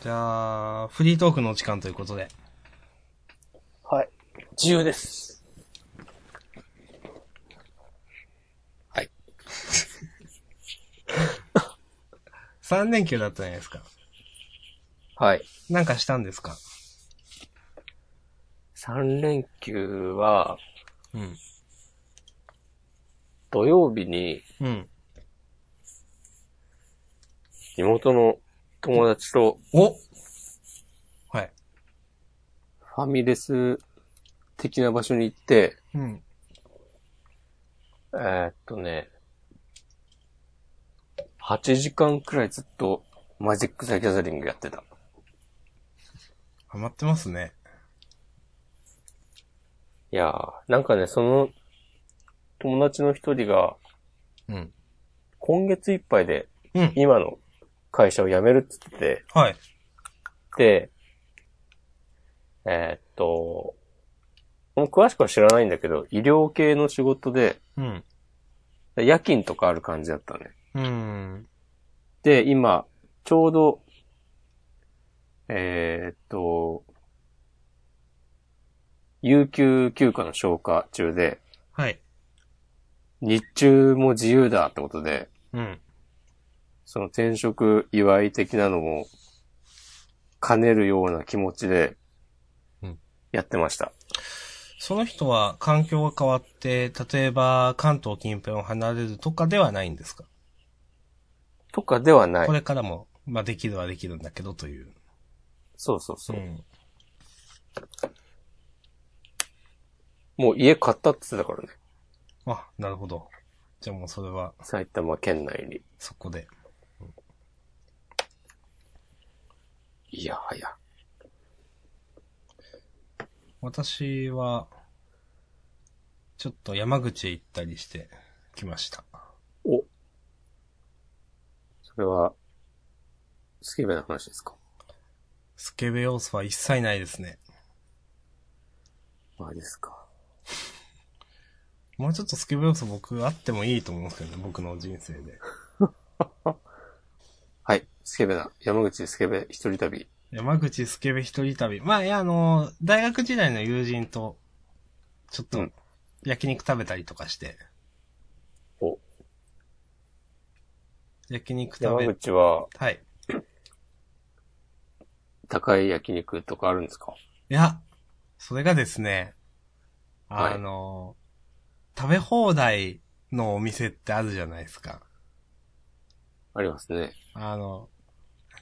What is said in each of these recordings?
じゃあ、フリートークの時間ということで。はい。自由です。はい。 3連休だったじゃないですか。はい。なんかしたんですか3連休は、うん。土曜日にうん。地元の友達とおはい。ファミレス的な場所に行って、うん。えーっとね、8時間くらいずっとマジック・ザ・ギャザリングやってた。ハマってますね。いやー、なんかね、その友達の一人がうん。今月いっぱいでうん。今の会社を辞めるっつってて、はい。で、えーっと、もう詳しくは知らないんだけど、医療系の仕事で、うん。夜勤とかある感じだったね。うん。で、今、ちょうど、えーっと、有給休暇の消化中で、はい。日中も自由だってことで、うん。その転職祝い的なのも、兼ねるような気持ちでうん、やってました。その人は環境が変わって、例えば関東近辺を離れるとかではないんですか、とかではないこ。れからも、まあできるはできるんだけどという。そうそうそう。ん。もう家買ったって言ってたからね。あ、なるほど。じゃあもうそれは、埼玉県内に。そこで。いやはや。私は、ちょっと山口へ行ったりしてきました。お。それは、スケベな話ですかスケベ要素は一切ないですね。マジですか。もうちょっとスケベ要素僕あってもいいと思うんですけどね、僕の人生で。はい。スケベな。山口スケベ一人旅。山口スケベ一人旅。まあ、いや、あの、大学時代の友人と、ちょっうとん、焼肉食べたりとかして。お焼肉食山べ、口ははい。高い焼肉とかあるんですかいや、それがですね、はいあの、食べ放題のお店ってあるじゃないですか。ありますね。あの、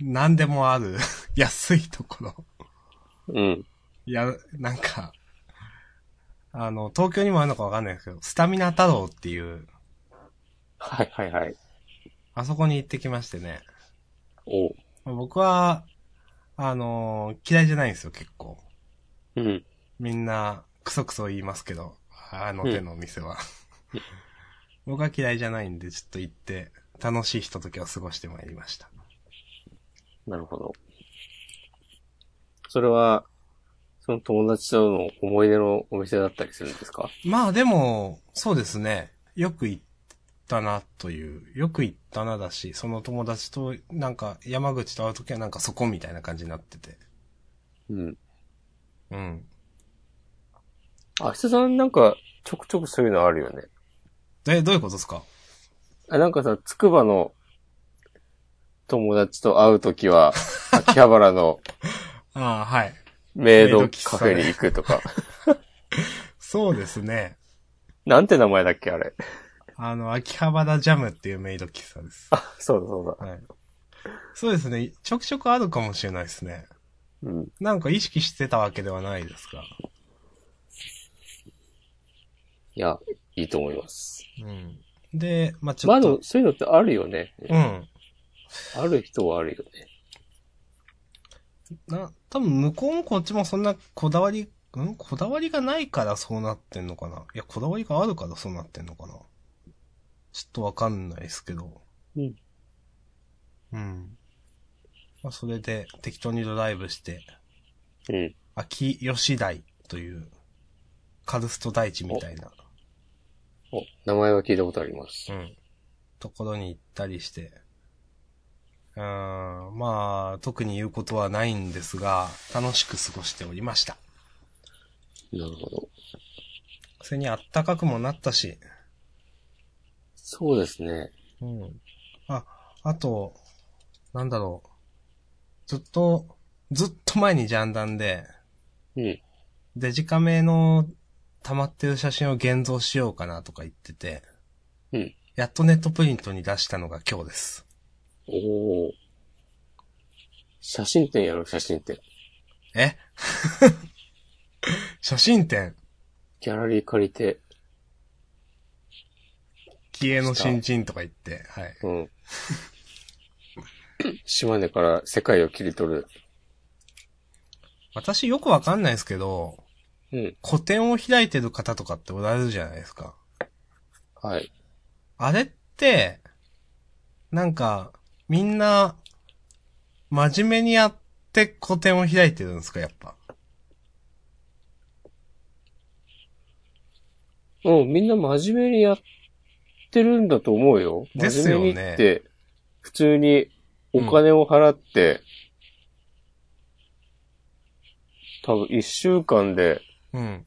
何でもある、 安いところ。うん。いや、なんか、あの、東京にもあるのかわかんないですけど、スタミナ太郎っていう、はいはいはい。あそこに行ってきましてね。おう。僕は、あの嫌いじゃないんですよ、結構。うん。みんな、クソクソ言いますけど、あの手のお店は。 僕は嫌いじゃないんで、ちょっと行って、楽しいひとときを過ごしてまいりました。なるほど。それは、その友達との思い出のお店だったりするんですかまあでも、そうですね。よく行ったなという、よく行ったなだし、その友達と、なんか、山口と会うときはなんかそこみたいな感じになってて。うん。うん。あ日さんなんか、ちょくちょくそういうのあるよね。え、どういうことですかあ、なんかさ、つくばの友達と会うとき は、秋葉原のああ、はい。メイドカフェに行くとか。そうですね。なんて名前だっけあれ。あの、秋葉原ジャムっていうメイド喫茶です。あ、そうだそうだ。はい。そうですね。ちょくちょくあるかもしれないですね。うん。なんか意識してたわけではないですか。いや、いいと思います。うん。で、まあ、ちまょあっでとも、、そういうのってあるよね。うん。ある人はあるよね。な、多分向こうもこっちもそんなこだわり、うんこだわりがないからそうなってんのかないや、こだわりがあるからそうなってんのかなちょっとわかんないですけど。うん。うん。まあ、それで適当にドライブして、うん。秋吉台という、カルスト大地みたいな、お、名前は聞いたことありますう。ん。ところに行ったりして、うん、まあ、特に言うことはないんですが、楽しく過ごしておりました。なるほど。それにあったかくもなったし、そうですね。うん。あ、あと、なんだろう。ずっと、ずっと前にジャンダンで、うん。デジカメの溜まってる写真を現像しようかなとか言ってて、うん。やっとネットプリントに出したのが今日です。おお。写真展やろう、写真展。え 写真展、ギャラリー借りて。気鋭の新人とか言って、はい。 うん。島根から世界を切り取る。私よくわかんないですけど、うん。個展を開いてる方とかっておられるじゃないですか。はい。あれって、なんか、みんな、真面目にやって個展を開いてるんですか、やっぱ。うん、みんな真面目にやってるんだと思うよ。ですよね真面目にって、普通にお金を払って、多分一週間で、うん。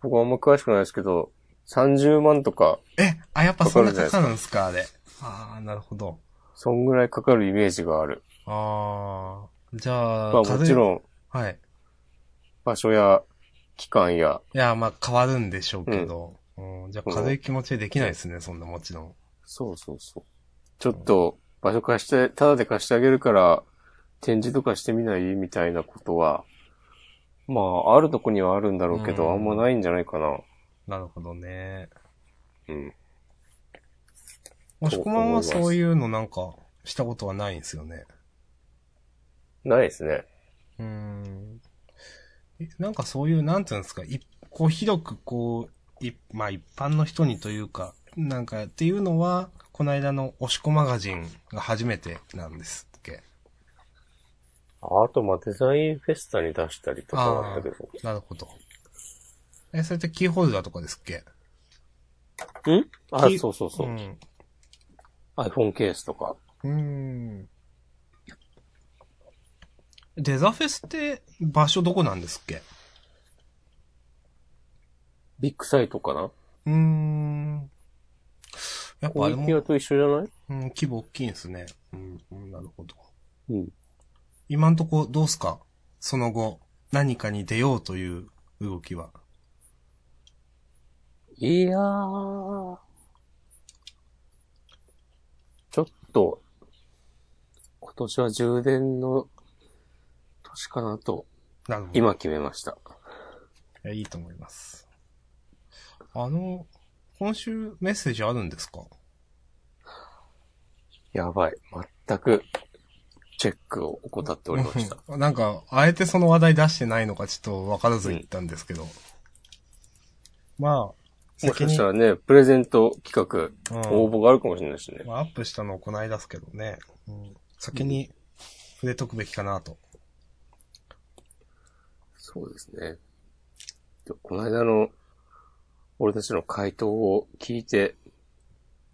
僕はあんま詳しくないですけど、30万とか、え、あ、やっぱそんなかかるんですか、あれ。ああ、なるほど。そんぐらいかかるイメージがある。ああ、じゃあ、まあもちん。ろん、はい。場所や、期間や、いや、まあ変わるんでしょうけど。うん、じゃあ軽い気持ちでできないですね、そんなもちろん。そうそうそう。ちょっと、場所貸して、ただで貸してあげるから、展示とかしてみないみたいなことは、まあ、あるとこにはあるんだろうけど、うんあんまないんじゃないかな。なるほどね。うん。もしこまんはそういうのなんか、したことはないんですよね。ないですね。うーん。えなんかそういう、なんていうんですか、いこう広くこう、いまあ一般の人にというか、なんかっていうのは、この間の押し子マガジンが初めてなんですっけ。あと、まあ、デザインフェスタに出したりとかはあったけど。なるほど。え、それってキーホルダーとかですっけんあき、そうそうそう。ん。 iPhone ケースとか。うーん。デザフェスって場所どこなんですっけビッグサイトかなうーん。やっぱコあミれュもニティアと一緒じゃないうん、規模大きいんですね。うん、うんなるほど。うん。今んとこどうすかその後、何かに出ようという動きは。いやー。ちょっと、今年は充電の年かなと、なるほど。い今決めました。や、いいと思います。あの、今週メッセージあるんですかやばい。全く、チェックを怠っておりました。うんなんか、あえてその話題出してないのかちょっとわからず言ったんですけど。まあ、もし先かしに、たらね、プレゼント企画、うん応募があるかもしれないしね。まあ、アップしたのをこないだですけどね。うん先に触れとくべきかなと。そうですね。でこの間の、俺たちの回答を聞いて、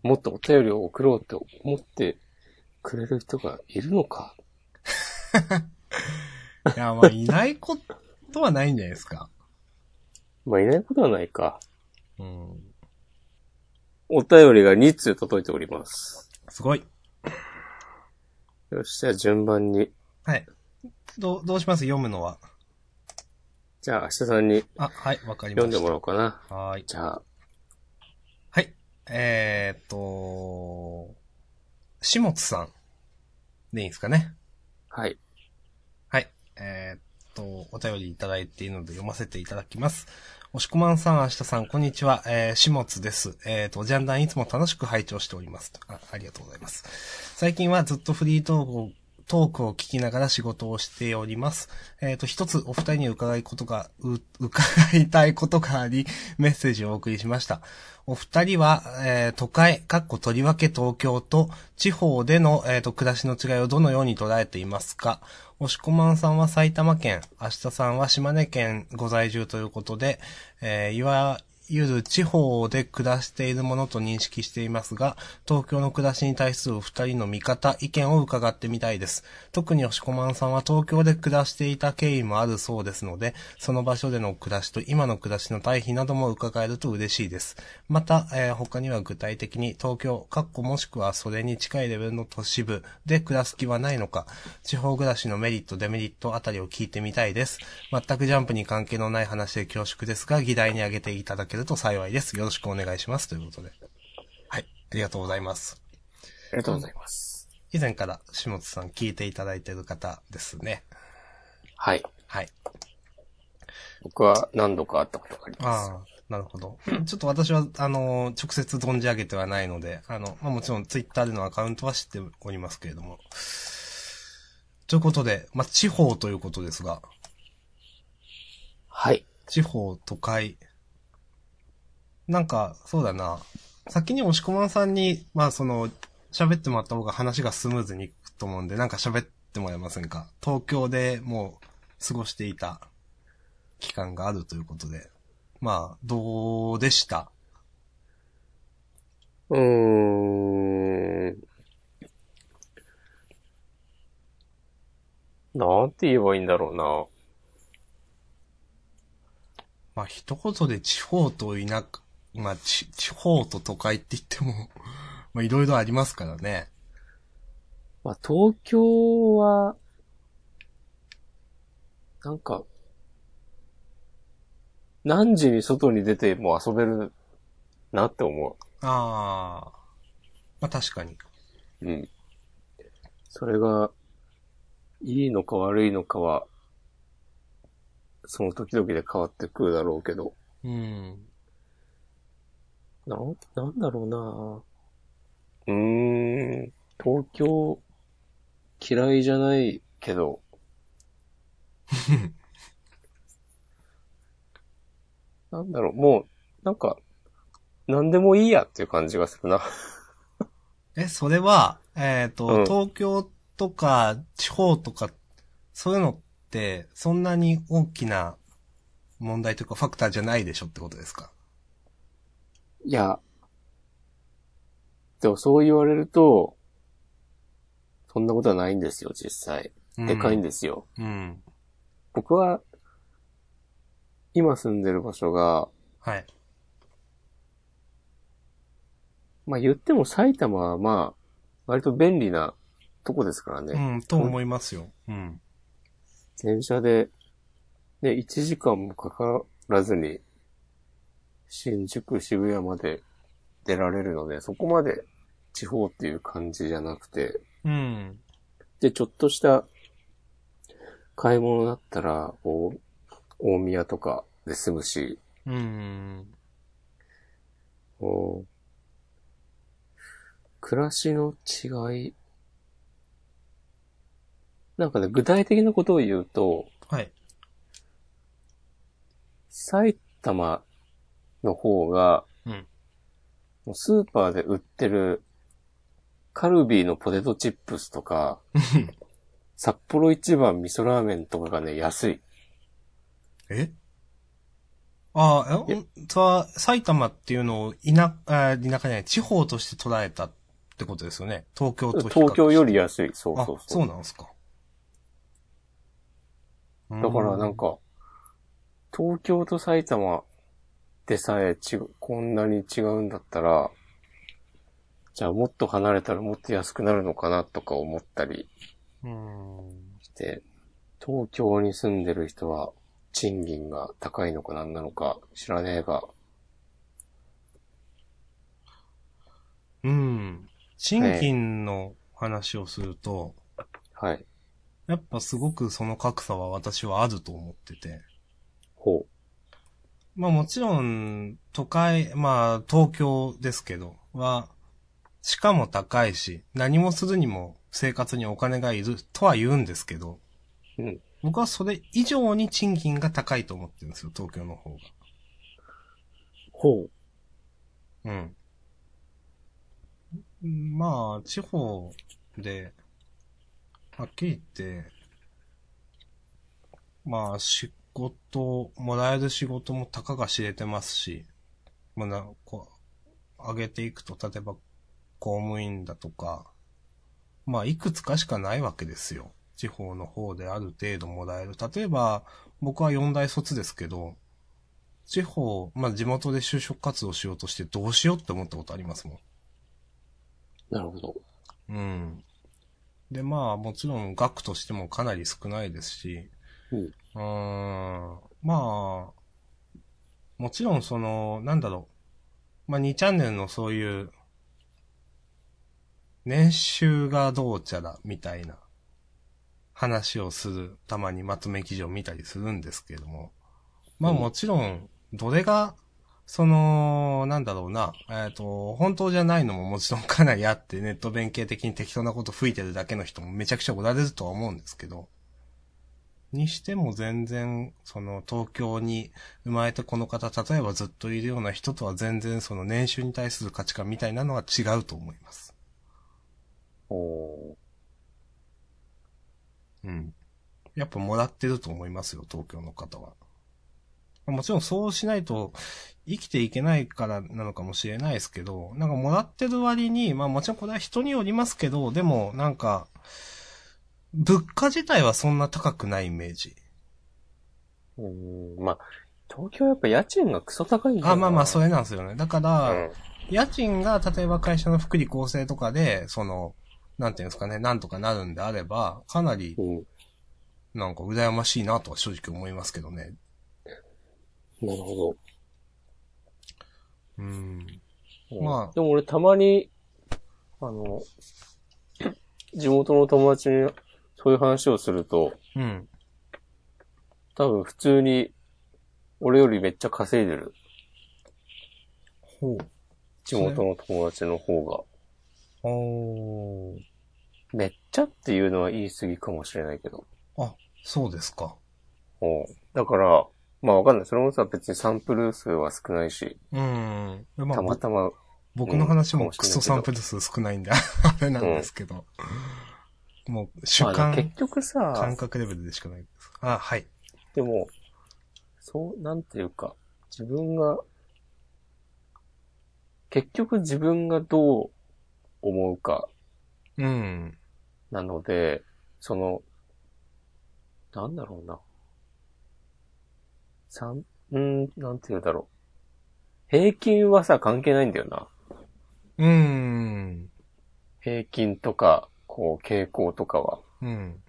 もっとお便りを送ろうと思ってくれる人がいるのか。いや、まあ、いないことはないんじゃないですか。まあ、いないことはないか。うん。お便りが2通届いております。すごい。よし、じゃあ順番に。はい。どう、どうします読むのは。じゃあ、明日さんにあ、はい、わかりま読んしでもた。らおうかな。はーい。じゃあ、はい。えー、っと、しもつさん。でいいんですかね。はい。はい。えーっと、お便りいただいているので読ませていただきます。おしこまんさん、あしたさん、こんにちは。えー、しもつです。えーっと、ジャンダンいつも楽しく拝聴しておりますあ。ありがとうございます。最近はずっとフリートークを、トークを聞きながら仕事をしております。えーっと、一つお二人に伺いことが、う、伺いたいことがあり、メッセージをお送りしました。お二人は、えー都会、かっことりわけ東京と地方での、えーと暮らしの違いをどのように捉えていますか押しこまんさんは埼玉県、明日さんは島根県ご在住ということで、えーいわゆる地方で暮らしているものと認識していますが、東京の暮らしに対するお二人の見方、意見を伺ってみたいです。特に押駒さんは東京で暮らしていた経緯もあるそうですので、その場所での暮らしと今の暮らしの対比なども伺えると嬉しいです。また、えー他には具体的に東京、かっこもしくはそれに近いレベルの都市部で暮らす気はないのか、地方暮らしのメリット、デメリットあたりを聞いてみたいです。全くジャンプに関係のない話で恐縮ですが、議題に挙げていただけると幸いです。よろしくお願いします。ということで。はい。ありがとうございます。りがとうございます。以前から下津さん聞いていただいている方ですね。はい。はい。僕は何度か会ったことがあります。ああ、なるほど。ちょっと私は、あの、直接存じ上げてはないので、あの、まあ、もちろんツイッターでのアカウントは知っておりますけれども。ということで、まあ、地方ということですが、はい。地方、都会。なんか、そうだな。先に押し込まんさんに、まあ、その、喋ってもらった方が話がスムーズにいくと思うんで、なんか喋ってもらえませんか東京でもう過ごしていた期間があるということで。まあ、どうでしたうーん。なんて言えばいいんだろうな。まあ、一言で地方と田舎、まあ、ち地方と都会って言っても、 まあ、いろいろありますからね。まあ、東京は、なんか、何時に外に出ても遊べるなって思ああ。まあ、確かに。う。うん。それが、いいのか悪いのかは、その時々で変わってくるだろうけど、うん。なん、なんだろうなうーん、東京、嫌いじゃないけ ど。なんだろう、もう、なんか、なんでもいいやっていう感じがするな。え、それは、えっ、と、うん東京とか地方とか、そういうのって、そんなに大きな問題というかファクターじゃないでしょってことですかいや。でもそう言われると、そんなことはないんですよ、実際。でかいんで。ですよ。うん。僕は、今住んでる場所が、はい。まあ言っても埼玉はまあ、割と便利なとこですからね。うん、と思いますよ。うん。電車で、ね、1時間もかからずに、新宿、渋谷まで出られるので、そこまで地方っていう感じじゃなくて、うん。で、ちょっとした買い物だったら、こう、大宮とかで済むし、うん。こう暮らしの違い。なんかね、具体的なことを言うと、はい。埼玉の方が、うんもうスーパーで売ってるカルビーのポテトチップス とか、札幌一番味噌ラーメンとかがね、安い。えああ、え、それは埼玉っていうのを田、あ田舎じゃない、地方として捉えたってことですよね。東京と比較して東京より安い。そうあそう、そそうう。なんですか。だからなんか。か、東京と埼玉でさえちこんなに違うんだったら、じゃあもっと離れたらもっと安くなるのかなとか思ったり。うん。で、東京に住んでる人は賃金が高いのか何なのか知らねえが、うん。賃金の話をすると、はい、やっぱすごくその格差は私はあると思ってて。ほまあもちろん、都会、まあ東京ですけど、は、しかも高いし、何もするにも生活にお金がいるとは言うんですけど、うん僕はそれ以上に賃金が高いと思ってるんですよ、東京の方が。う。ほうん。まあ、地方で、はっきり言って、まあ、仕事、もらえる仕事もたかが知れてますし、まあ、な、こう、上げていくと、例えば、公務員だとか、まあ、いくつかしかないわけですよ。地方の方である程度もらえる。例えば、僕は4大卒ですけど、地方、まあ、地元で就職活動しようとしてどうしようって思ったことありますもなるほど。ん。うん。で、まあ、もちろん額としてもかなり少ないですし、うん。うーんまあ、もちろんその、なんだろう。まあ2チャンネルのそういう、年収がどうちゃらみたいな話をする、たまにまとめ記事を見たりするんですけれども。まあうんもちろん、どれが、その、なんだろうな、えっ、と、本当じゃないのももちろんかなりあって、ネット弁慶的に適当なこと吹いてるだけの人もめちゃくちゃおられるとは思うんですけど。にしても全然、その東京に生まれてこの方、例えばずっといるような人とは全然その年収に対する価値観みたいなのは違うと思います。おうん。やっぱもらってると思いますよ、東京の方は。もちろんそうしないと生きていけないからなのかもしれないですけど、なんかもらってる割に、まあもちろんこれは人によりますけど、でもなんか、物価自体はそんな高くないイメージ。ーうん。まあ、東京はやっぱ家賃がクソ高いんだよなあ、まあまあ、それなんですよね。だから、うん。家賃が、例えば会社の福利厚生とかで、その、なんていうんですかね、なんとかなるんであれば、かなり、うん。なんか羨ましいなとは正直思いますけどね。なるほうん。ど。まあでも俺たまに、あの、地元の友達にそういう話をすると、うん。多分普通に、俺よりめっちゃ稼いでる。ほ地元の友達の方が。う。おー。めっちゃっていうのは言い過ぎかもしれないけど。あ、そうですか。うんだから、まあわかんない。それもさ、別にサンプル数は少ないし、うん。でまあたまたま、僕の話うもんクソサンプル数少ないん で、あれなんですけど。もう、主まあでも観、結局さ感、覚レベルでしかないです。あ、はい。でも、そう、なんていうか、自分が、結局自分がどう思うかうん。なので、その、なんだろうな。三、うーん、なんて言うんだろう。平均はさ、関係ないんだよな。うん。平均とか、こう、傾向とかは。っうん。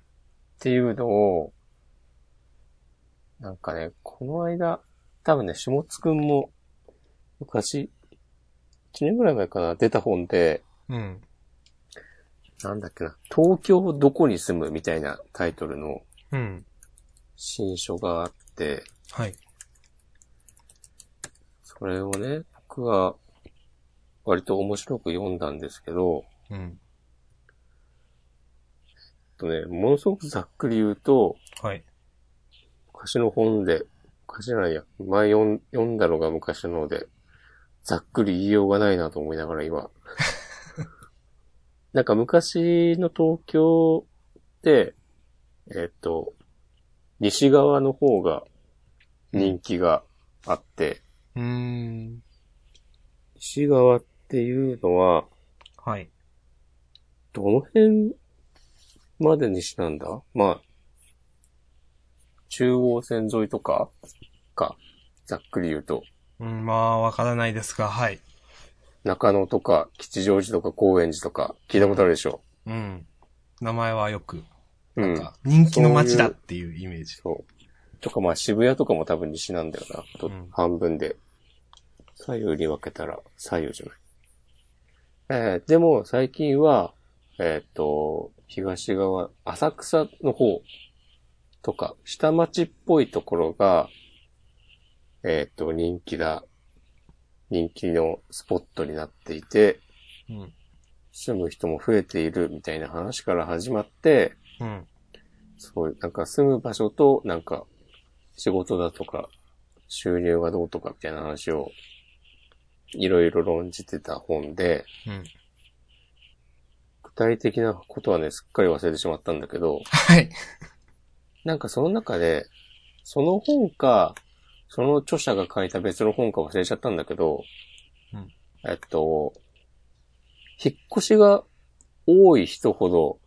ていうのを、なんかね、この間、多分ね、下津くんも、昔、1年ぐらい前かな、出た本で、うん。なんだっけな、東京どこに住むみたいなタイトルのうん。新書があって、はい。それをね、僕は割と面白く読んだんですけど、うん。えっとね、ものすごくざっくり言うと、はい。昔の本で、昔じゃないや、前読ん読んだのが昔ので、ざっくり言いようがないなと思いながら 今。なんか昔の東京って、えっと、西側の方が人気があって、うーん。西側っていうのは、はい。どの辺まで西なんだまあ、中央線沿いとかか、ざっくり言うと、うん、まあ、わからないですが、はい。中野とか、吉祥寺とか、高円寺とか、聞いたことあるでしょうん。名前はよく、うなんん。か、人気の街だっていうイメージ。そう。とか、まあ渋谷とかも多分西なんだよな。とうん半分で。左右に分けたら、左右じゃない。えー、でも最近は、えーっ、と、東側、浅草の方とか、下町っぽいところが、えーっ、と、人気だ、人気のスポットになっていて、うん。住む人も増えているみたいな話から始まって、うん。そういう、なんか住む場所と、なんか、仕事だとか、収入がどうとかみたいな話を、いろいろ論じてた本で、うん。具体的なことはね、すっかり忘れてしまったんだけど、はい。なんかその中で、その本か、その著者が書いた別の本か忘れちゃったんだけど、うんえっと、引っ越しが多い人ほど、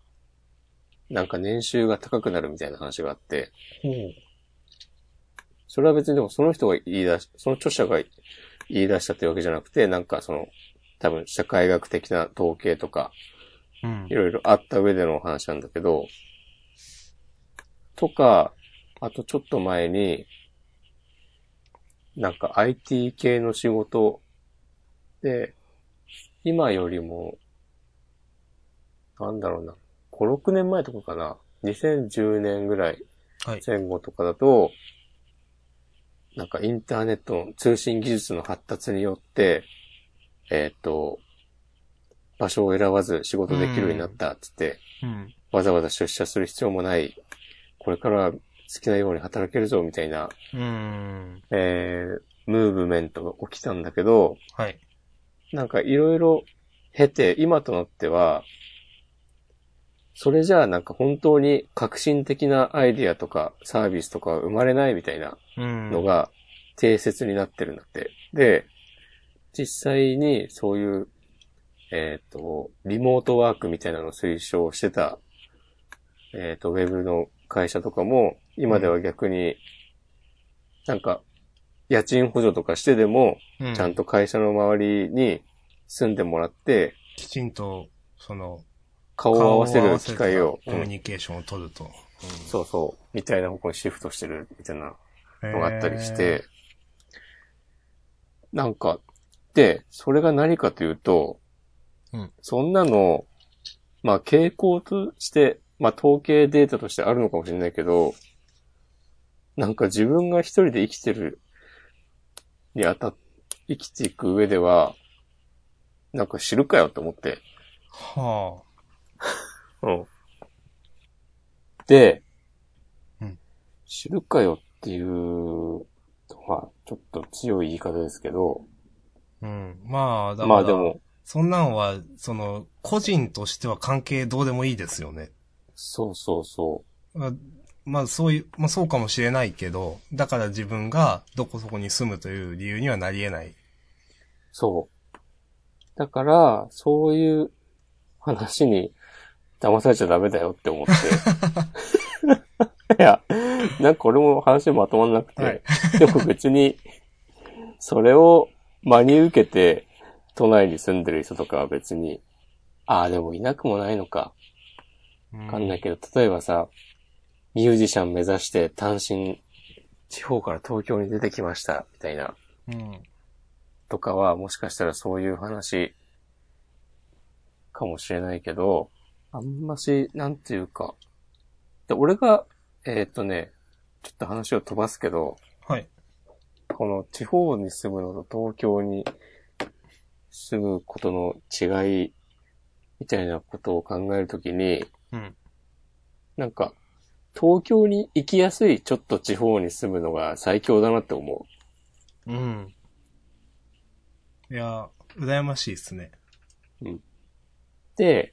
なんか年収が高くなるみたいな話があって、ほう。それは別にでもその人が言い出し、その著者が言い出したというわけじゃなくて、なんかその、多分社会学的な統計とか、うんい。ろいろあった上でのお話なんだけど、とか、あとちょっと前に、なんか IT 系の仕事で、今よりも、なんだろうな、5、6年前とかかな、2010年ぐらいはい。前後とかだと、なんかインターネットの通信技術の発達によって、えっ、と、場所を選ばず仕事できるようになったっつって、うん。わざわざ出社する必要もない、これからは好きなように働けるぞみたいな、うん。えー、ムーブメントが起きたんだけど、はい。なんかいろいろ経て、今となっては、それじゃあなんか本当に革新的なアイディアとかサービスとかは生まれないみたいなうん。のが定説になってるんだって。で、実際にそういう、えっ、と、リモートワークみたいなのを推奨してた、えっ、と、ウェブの会社とかも、今では逆に、なんか、家賃補助とかしてでも、うちゃんと会社の周りに住んでもらって、きちんと、その、顔を合わせ顔る機会を、コミュうんニケーションを取ると。そうそう、みたいな方向にシフトしてる、みたいなうんのがあったりし。て、なんか、で、それが何かというと、うんそんなの、まあ傾向として、まあ統計データとしてあるのかもしれないけど、なんか自分が一人で生きてるにあたっ、生きていく上では、なんか知るかよって思って。はうん。で、うん知るかよっていうのは、ちょっと強い言い方ですけど、あ。うん。まあ、だから、まあでも、そんなんは、その、個人としては関係どうでもいいですよね。そうそうそまあまあ、そういう、まあそうかもしれないけど、だから自分がどこそこに住むという理由にはなり得ない。う、そう。だから、そういう話に騙されちゃダメだよって 思って。いや、なんか俺も話まとまんなくて、はいでも別に、それを真に受けて、都内に住んでる人とかは別に、ああ、でもいなくもないのか。わかんないけど、例えばさ、ミュージシャン目指して単身、地方から東京に出てきました、みたいな、うん。とかは、もしかしたらそういう話、かもしれないけど、あんまし、なんていうか、で俺が、えーっとね、ちょっと話を飛ばすけど、はい。この地方に住むのと東京に住むことの違い、みたいなことを考えるときに、うん。なんか、東京に行きやすいちょっと地方に住むのが最強だなって思うん。いや、羨ましいですね。う。で、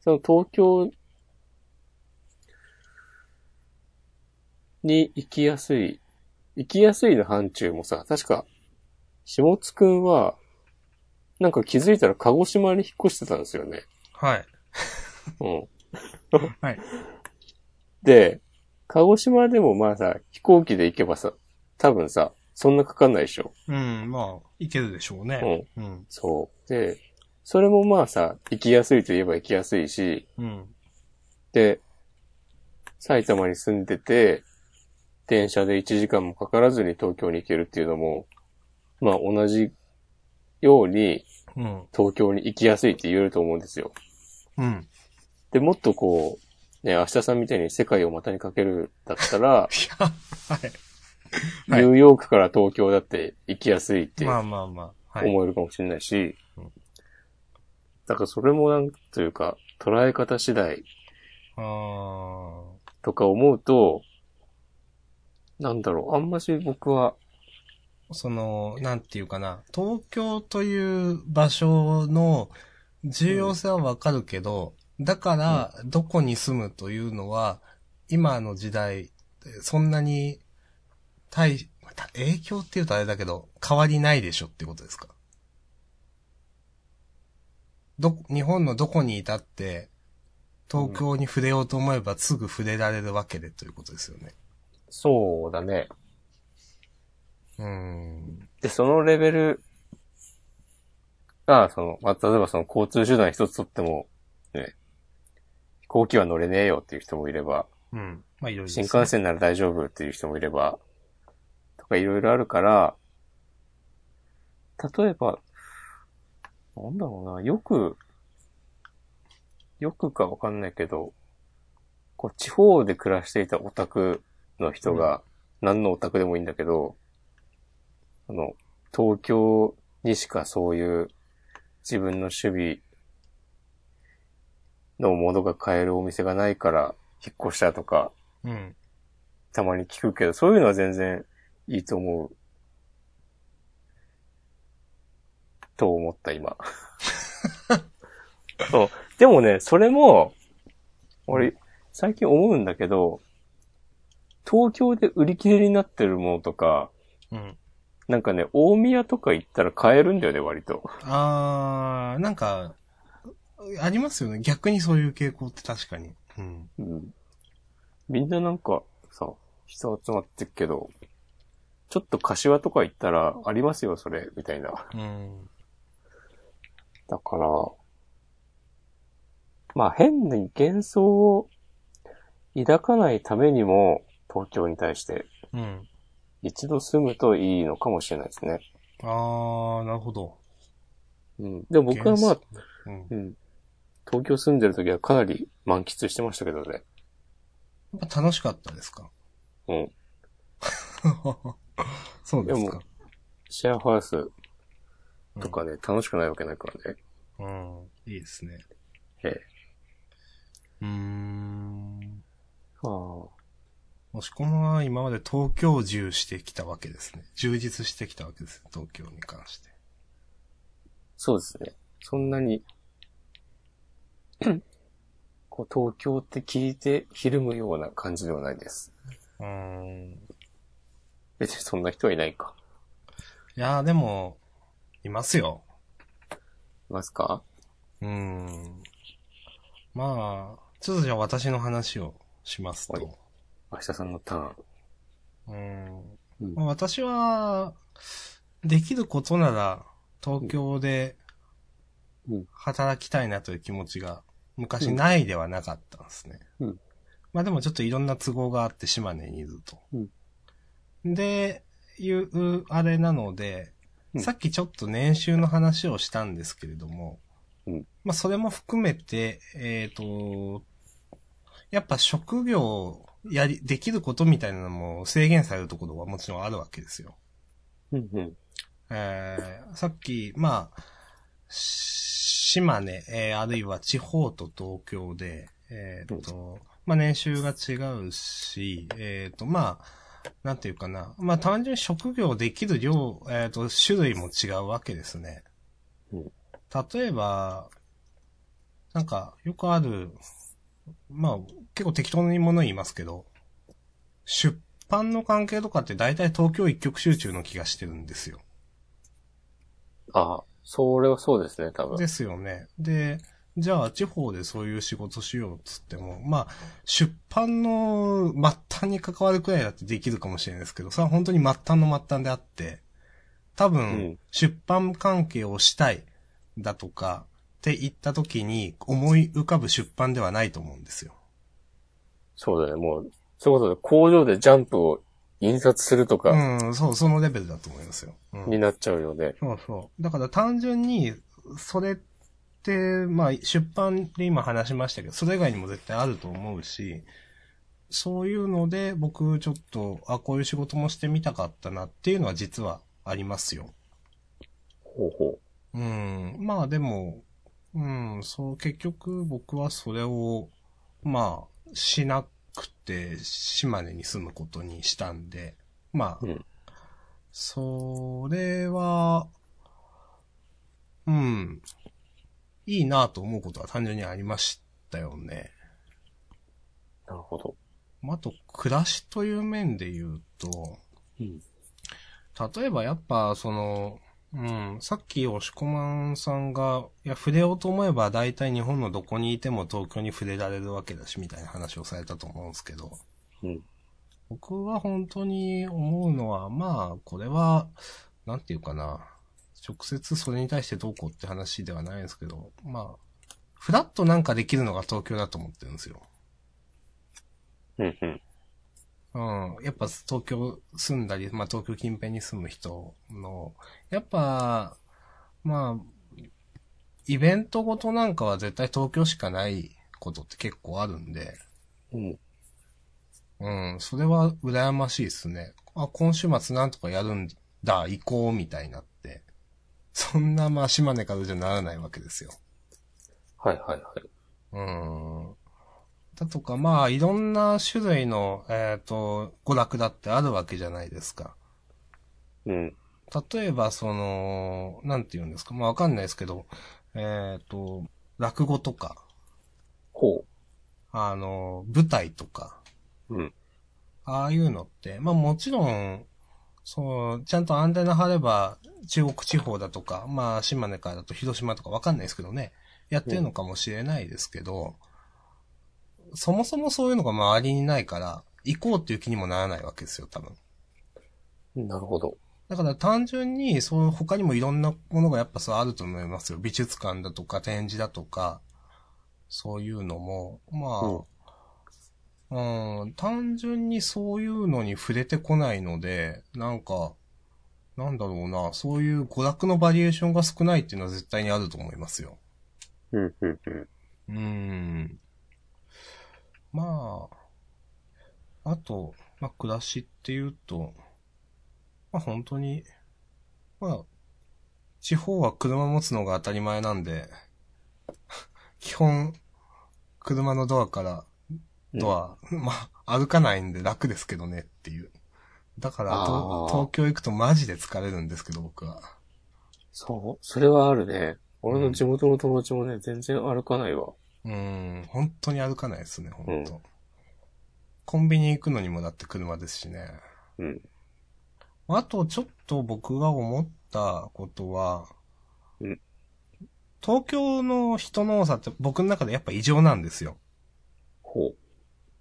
その東京に行きやすい、行きやすいの範疇もさ、確か、下津くんは、なんか気づいたら鹿児島に引っ越してたんですよね。はい。うん。はい。で、鹿児島でもまあさ、飛行機で行けばさ、多分さ、そんなかかんないでしょ。うん、まあ、いけるでしょうね。うん。そう。で、それもまあさ、行きやすいといえば行きやすいし、うん。で、埼玉に住んでて、電車で1時間もかからずに東京に行けるっていうのも、まあ同じようにうん。東京に行きやすいって言えると思うんですよ。 うん。で、もっとこう、ね、明日さんみたいに世界を股にかけるだったら、 はいニューヨークから東京だって行きやすいってまあまあまあ。はい。思えるかもしれないしうん、だからそれもなんというか、捉え方次第あーとか思うと、なんだろう、あんまし僕は、その、なんていうかな、東京という場所の重要性はわかるけど、だから、どこに住むというのは、今の時代、そんなに対、また影響って言うとあれだけど、変わりないでしょってことですかど、日本のどこにいたって、東京に触れようと思えばすぐ触れられるわけでということですよね。そうだね。うーん。で、そのレベルが、その、まあ、例えばその交通手段一つとっても、ね、飛行機は乗れねえよっていう人もいれば、うん。まあ、いろいろです新ね幹線なら大丈夫っていう人もいれば、とかいろいろあるから、例えば、なんだろうな、よく、よくかわかんないけど、こう、地方で暮らしていたオタクの人が、何のオタクでもいいんだけど、あの、東京にしかそういう自分の趣味のものが買えるお店がないから、引っ越したとか、うん。たまに聞くけど、そういうのは全然いいと思う。と思った、今。そう。でもね、それも、俺、最近思うんだけど、東京で売り切れになってるものとか、うん。なんかね、大宮とか行ったら買えるんだよね、割と。あー、なんか、ありますよね。逆にそういう傾向って確かに。うん。うん。みんななんかさ、人集まってるけど、ちょっと柏とか行ったら、ありますよ、それ、みたいな。うん。だから、まあ変に幻想を抱かないためにも、東京に対してうん。一度住むといいのかもしれないですね。あー、なるほど。うん。でも僕はまあ、うん。やうん。東京住んでる時はかなり満喫してましたけどね。っぱ楽しかったですかうん。 そうですか。シェアハウスとかね、楽しくないわけないからね。うん。いいですね。ええ。うーん。ああ。もしこまは今まで東京重してきたわけですね。充実してきたわけですね。東京に関して。そうですね。そんなに、こう東京って聞いてひるむような感じではないです。うーん。別にそんな人はいないか。いやーでも、いますよ。いますかうーん。まあ、ちょっとじゃあ私の話をしますはいと。明日さんのターン。うーん。うんまあ、私は、できることなら、東京でうん、働きたいなという気持ちが、昔ないではなかったんですね。うんまあでもちょっといろんな都合があって、島根にいると。うんで、いう、あれなので、うんさっきちょっと年収の話をしたんですけれども、うんまあそれも含めて、えっ、と、やっぱ職業、やり、できることみたいなのも制限されるところはもちろんあるわけですよ。うんうん。えーさっき、まあ、し島根、えーあるいは地方と東京で、えーっと、まあ年収が違うし、えーっと、まあ、なんていうかな。まあ単純に職業できる量、えーっと、種類も違うわけですねうん。例えば、なんか、よくある、まあ、結構適当にもの言いますけど、出版の関係とかって大体東京一極集中の気がしてるんですよ。ああ、それはそうですね、多分。ですよね。で、じゃあ地方でそういう仕事しようっつっても、まあ、出版の末端に関わるくらいだってできるかもしれないですけど、それは本当に末端の末端であって、多うん分、出版関係をしたいだとかって言った時に思い浮かぶ出版ではないと思うんですよ。そうだね、もう、そういうことで工場でジャンプを印刷するとかうん、そう、そのレベルだと思いますよ。うんになっちゃうよね。そうそう。だから単純に、それって、まあ、出版で今話しましたけど、それ以外にも絶対あると思うし、そういうので、僕ちょっと、あ、こういう仕事もしてみたかったなっていうのは実はありますよ。ほうほうん。まあでも、うん、そう、結局僕はそれを、まあ、しなくて、島根に住むことにしたんで、まあ、うんそれは、うん、いいなと思うことは単純にありましたよね。う。なるほど。まああと、暮らしという面で言うと、うん。例えばやっぱ、その、うん、さっき押し込まんさんが、いや、触れようと思えば大体日本のどこにいても東京に触れられるわけだし、みたいな話をされたと思うんですけど、うん。僕は本当に思うのは、まあ、これは、なんていうかな、直接それに対してどうこうって話ではないですけど、まあ、フラットなんかできるのが東京だと思ってるんですよ。うん。うん。うん。やっぱ東京住んだり、まあ東京近辺に住む人の、やっぱ、まあ、イベントごとなんかは絶対東京しかないことって結構あるんで、うん。うん、それは羨ましいですね。あ、今週末なんとかやるんだ、行こう、みたいになって。そんな、まあ、島根からじゃならないわけですよ。はいはいはい。うん。だとか、まあ、いろんな種類の、えっ、と、娯楽だってあるわけじゃないですか。うん。例えば、その、なんて言うんですか、まあ、わかんないですけど、えっ、と、落語とか、ほあの、舞台とか、う。うん。ああいうのって、まあもちろん、そう、ちゃんとアンテナ張れば、中国地方だとか、まあ島根からだと広島とかわかんないですけどね、やってるのかもしれないですけど、そもそもそういうのが周りにないから、行こうっていう気にもならないわけですよ、多分。なるほど。だから単純に、その他にもいろんなものがやっぱそうあると思いますよ。美術館だとか展示だとか、そういうのも、うんまあ、うん、単純にそういうのに触れてこないので、なんか、なんだろうな、そういう娯楽のバリエーションが少ないっていうのは絶対にあると思いますよ。うん。うん。うん。うーん。まあ、あと、まあ、暮らしっていうと、まあ本当に、まあ、地方は車持つのが当たり前なんで、 基本、車のドアからドア、まあ、歩かないんで楽ですけどねっていう。だから、あとー東京行くとマジで疲れるんですけど、僕は。そう。それはあるね。俺の地元の友達もね、全然歩かないわ。うーん、本当に歩かないですね、本当、うんコンビニ行くのにもだって車ですしね。うん。あと、ちょっと僕が思ったことは、うん東京の人の多さって僕の中でやっぱ異常なんですよ。ほ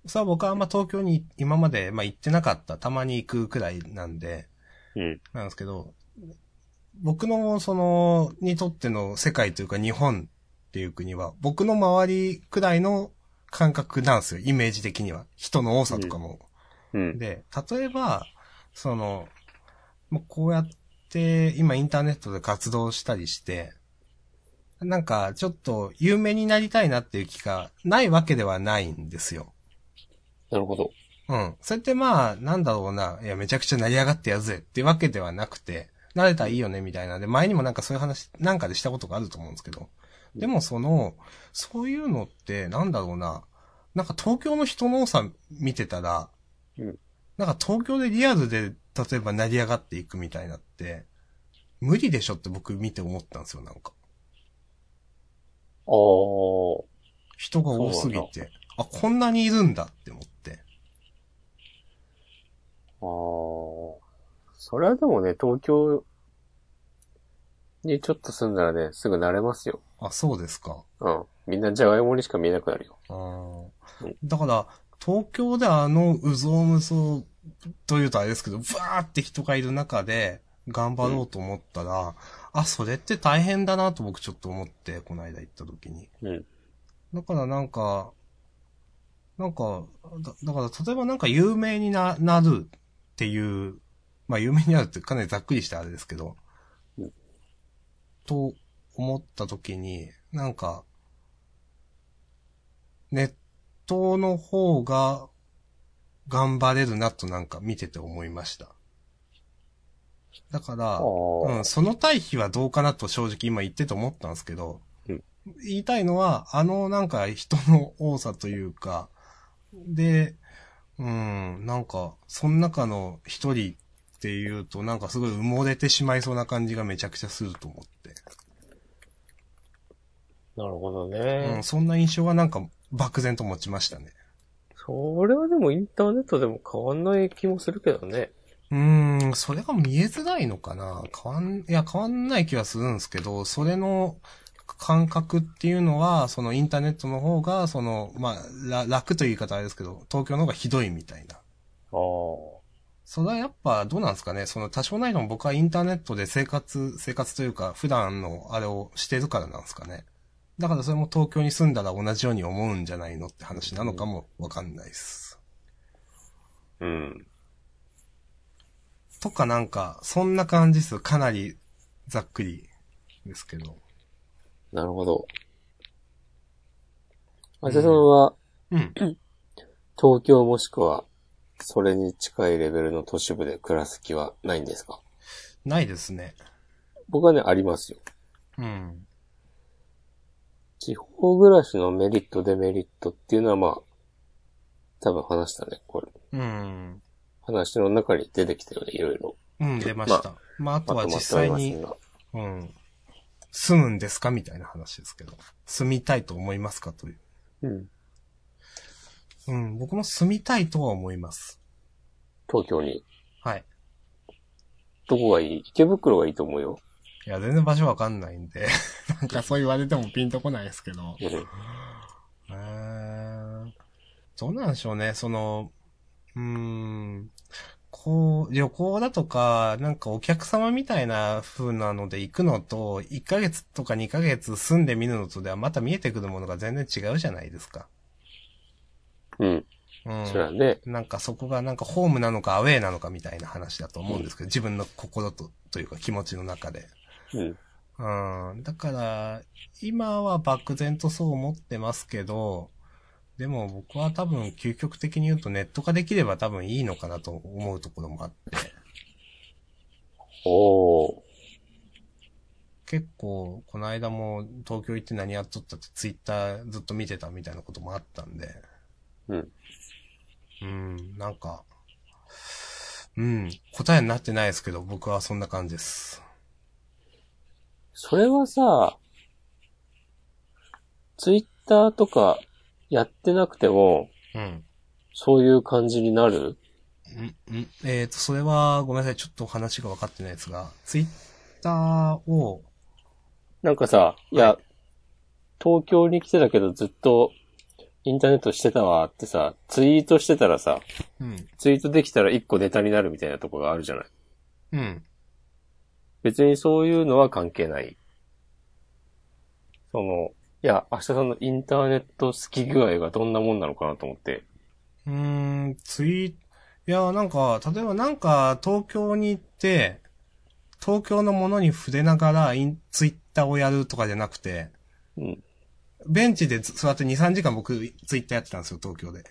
う。さあ僕はあんま東京に今まで、まあ、行ってなかった、たまに行くくらいなんで、うん。なんですけど、僕のその、にとっての世界というか日本っていう国は、僕の周りくらいの感覚なんですよ、イメージ的には。人の多さとかも。うん。で、例えば、その、もうこうやって、今インターネットで活動したりして、なんか、ちょっと有名になりたいなっていう気がないわけではないんですよ。なるほど。うん。それってまあ、なんだろうな、いや、めちゃくちゃ成り上がってやるぜってわけではなくて、慣れたらいいよね、みたいなんで、前にもなんかそういう話、なんかでしたことがあると思うんですけど。でもその、そういうのって、なんだろうな、なんか東京の人の多さ見てたら、うんなんか東京でリアルで、例えば成り上がっていくみたいなって、無理でしょって僕見て思ったんですよ、なんか。ああ。人が多すぎて。あ、こんなにいるんだって思って。ああ。それはでもね、東京にちょっと住んだらね、すぐ慣れますよ。あ、そうですか。うん。みんなじゃがいもにしか見えなくなるよ。ああうんだから、東京であの、うぞうむぞう、というとあれですけど、バーって人がいる中で、頑張ろうと思ったら、あ、それって大変だなと僕ちょっと思って、この間行った時に。うん。だからなんか、なんか、だだから例えばなんか有名にな、なるっていう、まあ有名になるってかなりざっくりしたあれですけど、うんと思った時に、なんか、ネットの方が頑張れるなとなんか見てて思いました。だから、ああ。うん、その対比はどうかなと正直今言ってて思ったんですけど、うん言いたいのは、あのなんか人の多さというか、で、うん、なんか、その中の一人っていうと、なんかすごい埋もれてしまいそうな感じがめちゃくちゃすると思って。なるほどうねん、。そんな印象はなんか漠然と持ちましたね。それはでもインターネットでも変わんない気もするけどね。うーん、それが見えづらいのかな変わん、いや、変わんない気はするんですけど、それの感覚っていうのは、そのインターネットの方が、その、まあ、ら楽という言い方はあれですけど、東京の方がひどいみたいな。ああ。それはやっぱどうなんですかねその多少ないのも僕はインターネットで生活、生活というか普段のあれをしてるからなんですかねだからそれも東京に住んだら同じように思うんじゃないのって話なのかもわかんないです。うん。とかなんか、そんな感じです。かなりざっくりですけど。なるほど。あじゃあそれは、うん。東京もしくは、それに近いレベルの都市部で暮らす気はないんですかないですね。僕はね、ありますよ。うん。地方暮らしのメリット、デメリットっていうのはまあ、多分話したね、これ。うん。話の中に出てきたよね、いろいろ。うん、出ました。まあ、あとは実際まとまっておりに、ませんうが。ん。住むんですかみたいな話ですけど。住みたいと思いますかという。うん。うん、僕も住みたいとは思います。東京に。はい。どこがいい池袋がいいと思うよ。いや、全然場所わかんないん で、なんかそう言われてもピンとこないですけど。うえん。ー、どうなんでしょうね、その、うーん、こう、旅行だとか、なんかお客様みたいな風なので行くのと、1ヶ月とか2ヶ月住んでみるのとではまた見えてくるものが全然違うじゃないですか。うん。うん。それはね、なんかそこがなんかホームなのかアウェイなのかみたいな話だと思うんですけど、自分の心と、というか気持ちの中で。うん。うん。だから、今は漠然とそう思ってますけど、でも僕は多分究極的に言うとネット化できれば多分いいのかなと思うところもあって、おー。結構この間も東京行って何やっとったってツイッターずっと見てたみたいなこともあったんで、うん。うん、なんか、うん、答えになってないですけど、僕はそんな感じです。それはさ、ツイッターとかやってなくても、うん。そういう感じになるんんえっ、と、それは、ごめんなさい。ちょっと話が分かってないですが、ツイッターを、なんかさ、いや、東京に来てたけどずっとインターネットしてたわってさ、ツイートしてたらさ、うん、ツイートできたら一個ネタになるみたいなとこがあるじゃない。うん、別にそういうのは関係ない。その、いや、明日さんのインターネット好き具合がどんなもんなのかなと思って。うーん、ツイいや、なんか、例えばなんか、東京に行って、東京のものに触れながらイン、ツイッターをやるとかじゃなくて、うん。ベンチで座って2、3時間僕、ツイッターやってたんですよ、東京で。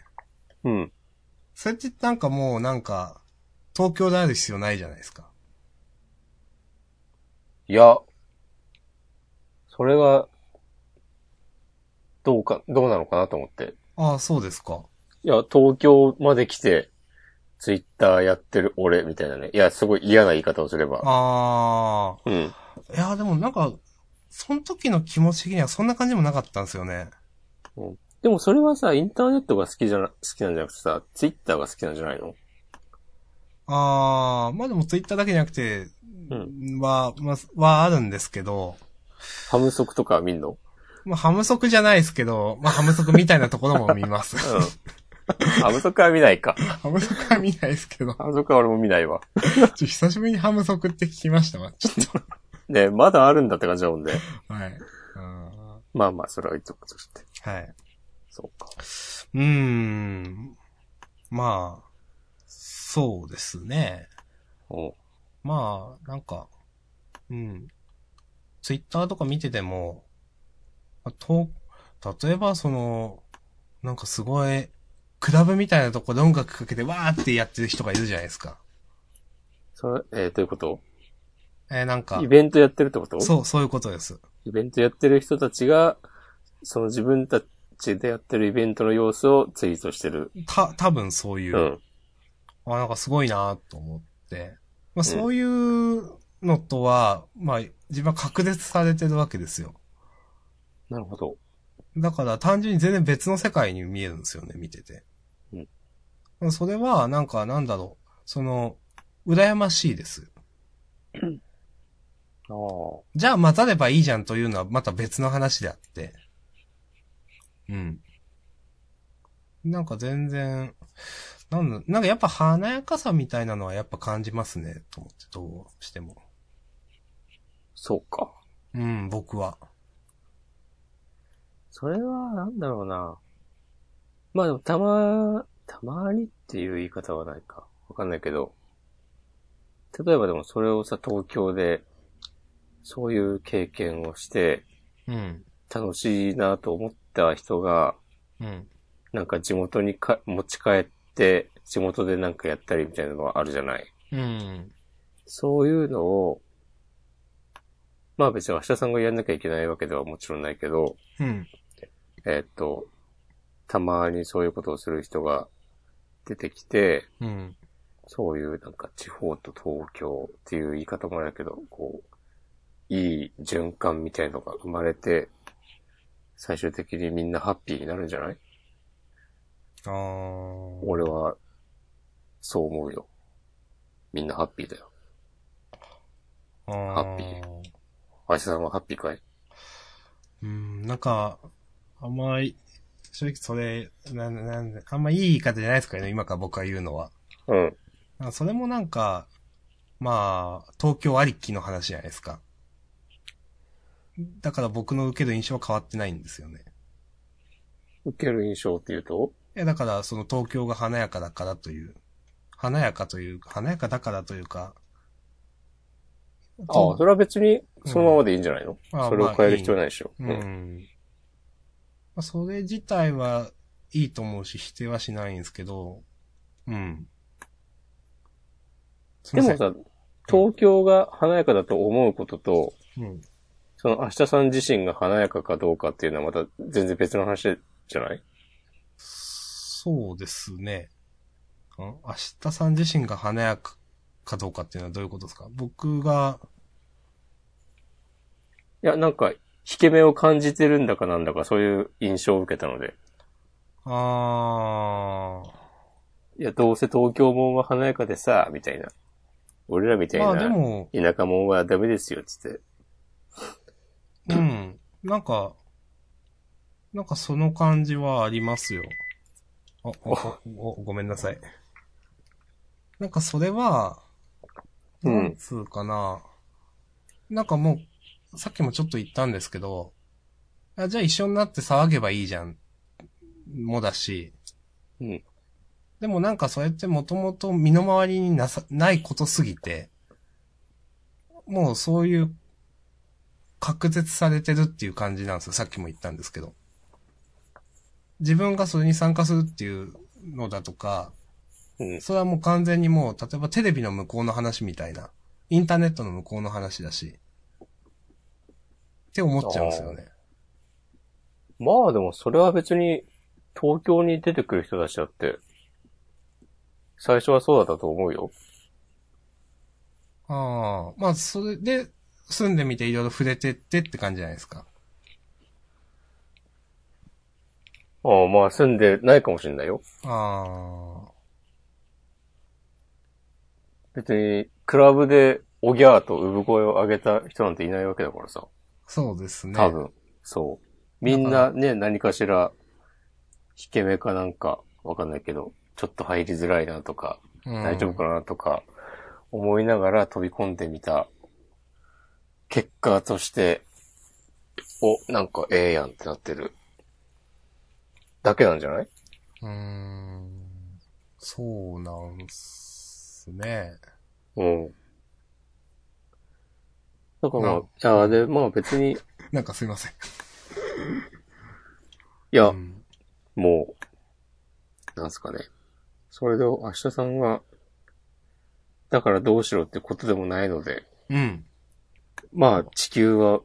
うん。それってなんかもう、なんか、東京である必要ないじゃないですか。いや、それは、どうか、どうなのかなと思って。ああ、そうですか。いや、東京まで来て、ツイッターやってる俺みたいなね。いや、すごい嫌な言い方をすれば。ああ。うん。いや、でもなんか、その時の気持ち的にはそんな感じもなかったんですよね。でもそれはさ、インターネットが好きじゃな、好きなんじゃなくてさ、ツイッターが好きなんじゃないのあー、まあでもツイッターだけじゃなくて、うは、まあ、はあるんですけど、ハムソクとか見んのまあハムソクじゃないですけど、まあハムソクみたいなところも見ます。うん。 ハムソクは見ないか。 ハムソクは見ないですけど、ちょハムソクは俺も見ないわ。っと久しぶりにハムソクって聞きましたわ。ちょっね、まだあるんだって感じだもんね。と。はい。うんはまあまあ、それはいいとことして。い。そうか。うーん。まあ、そうですね。うん。まあ、なんか、うん。ツイッターとか見てても、あと、例えばその、なんかすごい、クラブみたいなとこで音楽かけてわーってやってる人がいるじゃないですか。それ、えー、どういうことえーなんかイ、ベントやってるってことそう、そういうことです。イベントやってる人たちが、その自分たちでやってるイベントの様子をツイートしてる。た、多分そういうう。ん。あ、なんかすごいなと思って。まあそういうのとは、まあ自分は隔絶されてるわけですよ。なるほど。だから単純に全然別の世界に見えるんですよね、見てて。それは、なんかなんだろう。その、羨ましいです。ああ。じゃあ待たればいいじゃんというのはまた別の話であって。うん。なんか全然、なんだ、なんかやっぱ華やかさみたいなのはやっぱ感じますね、と思って、どうしても。そうか。うん、僕は。それは、なんだろうな。まあでも、たま、たまにっていう言い方はないか。わかんないけど。例えばでもそれをさ、東京で、そういう経験をして、うん、楽しいなと思った人が、うん、なんか地元にか持ち帰って、地元でなんかやったりみたいなのはあるじゃない。うん、そういうのを、まあ別に明日さんがやんなきゃいけないわけではもちろんないけど、うん、えーっと、たまにそういうことをする人が出てきて、うん、そういうなんか地方と東京っていう言い方もあれだけど、こう、いい循環みたいのが生まれて、最終的にみんなハッピーになるんじゃないあー。俺は、そう思うよ。みんなハッピーだよ。あハッピー明日さんはハッピーかいうん、なんか、あんまり、正直それ、なん、なん、あんまいい言い方じゃないですからね、今から僕が言うのは。うん。あそれもなんか、まあ、東京ありきの話じゃないですか。だから僕の受ける印象は変わってないんですよね。受ける印象っていうといや、だからその東京が華やかだからという、華やかという、華やかだからというか、ああ、それは別にそのままでいいんじゃないの、まあそれを変える必要はないでしょ。う。ん。まあ、それ自体はいいと思うし、否定はしないんですけど、うん。すいでませもん、さ、東京が華やかだと思うことと、うん。その明日さん自身が華やかかどうかっていうのはまた全然別の話じゃないそうですね。ん明日さん自身が華やかかどうかっていうのはどういうことですか僕が、いや、なんか、引け目を感じてるんだかなんだかそういう印象を受けたので。あいや、どうせ東京もんは華やかでさ、みたいな。俺らみたー、いまあでなも、田舎もんはダメですよ、つって。うん。なんか、なんかその感じはありますよ。あ、お、お、ごめんなさい。なんかそれは、うんなんつうかな。なんかもう、さっきもちょっと言ったんですけど、あじゃあ一緒になって騒げばいいじゃん。もだし。うん。でもなんかそれってもともと身の回りになさ、ないことすぎて、もうそういう隔絶されてるっていう感じなんですよ。さっきも言ったんですけど。自分がそれに参加するっていうのだとか、うん。それはもう完全にもう、例えばテレビの向こうの話みたいな、インターネットの向こうの話だし、って思っちゃうんですよね。まあでもそれは別に、東京に出てくる人たちだって、最初はそうだったと思うよ。ああ、まあそれで、住んでみていろいろ触れてってって感じじゃないですか。ああ、まあ住んでないかもしれないよ。ああ、別に、クラブで、おぎゃーと産声を上げた人なんていないわけだからさ。そうですね。多分。そう。みんなね、何かしら、引け目かなんか、わかんないけど、ちょっと入りづらいなとか、うん。大丈夫かなとか、思いながら飛び込んでみた、結果として、お、なんかええやんってなってる。だけなんじゃないーうん。そうなんすね。うん。だからまあ、ういんや、で、まあ別に、いなんかすいません。や、うんもう、なんすかね。それで明日さんが、だからどうしろってことでもないので、うん。まあ地球は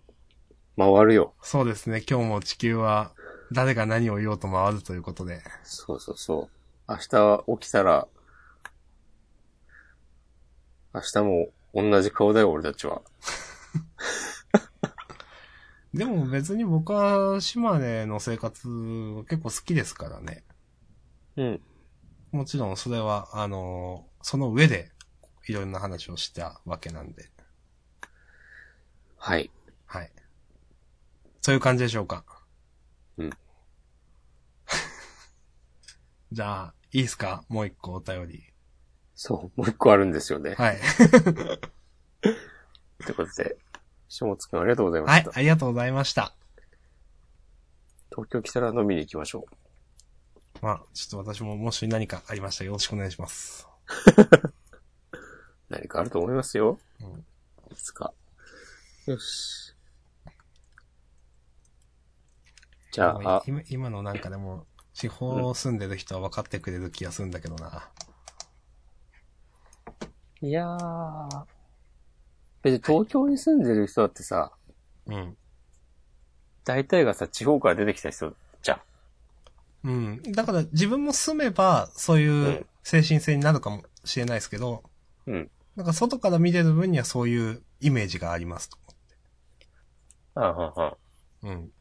回るよ。そうですね。今日も地球は誰が何を言おうと回るということで。そうそうそう。明日起きたら、明日も同じ顔だよ、俺たちは。でも別に僕は島根の生活は結構好きですからね。うん。もちろんそれは、あの、その上でいろんな話をしたわけなんで。はい。はい。そういう感じでしょうか。うん。 じゃあ、いいですかもう一個お便り。そう、もう一個あるんですよね。はい。ということで、下津くんありがとうございまはしいた。、ありがとうございました。東京来たら飲みに行きましょう。まあ、ちょっと私ももし何かありましたらよろしくお願いします。何かあると思いますよ。うんいつか。よし。じゃあ、あ、今今のなんかでも、地方住んでる人は分かってくれる気がするんだけどな。いやー。別に東京に住んでる人だってさ、うん。大体がさ、地方から出てきた人じゃん。うん。だから自分も住めば、そういう精神性になるかもしれないですけど、うん。なんか外から見てる分にはそういうイメージがありますと。あはんはん。うん。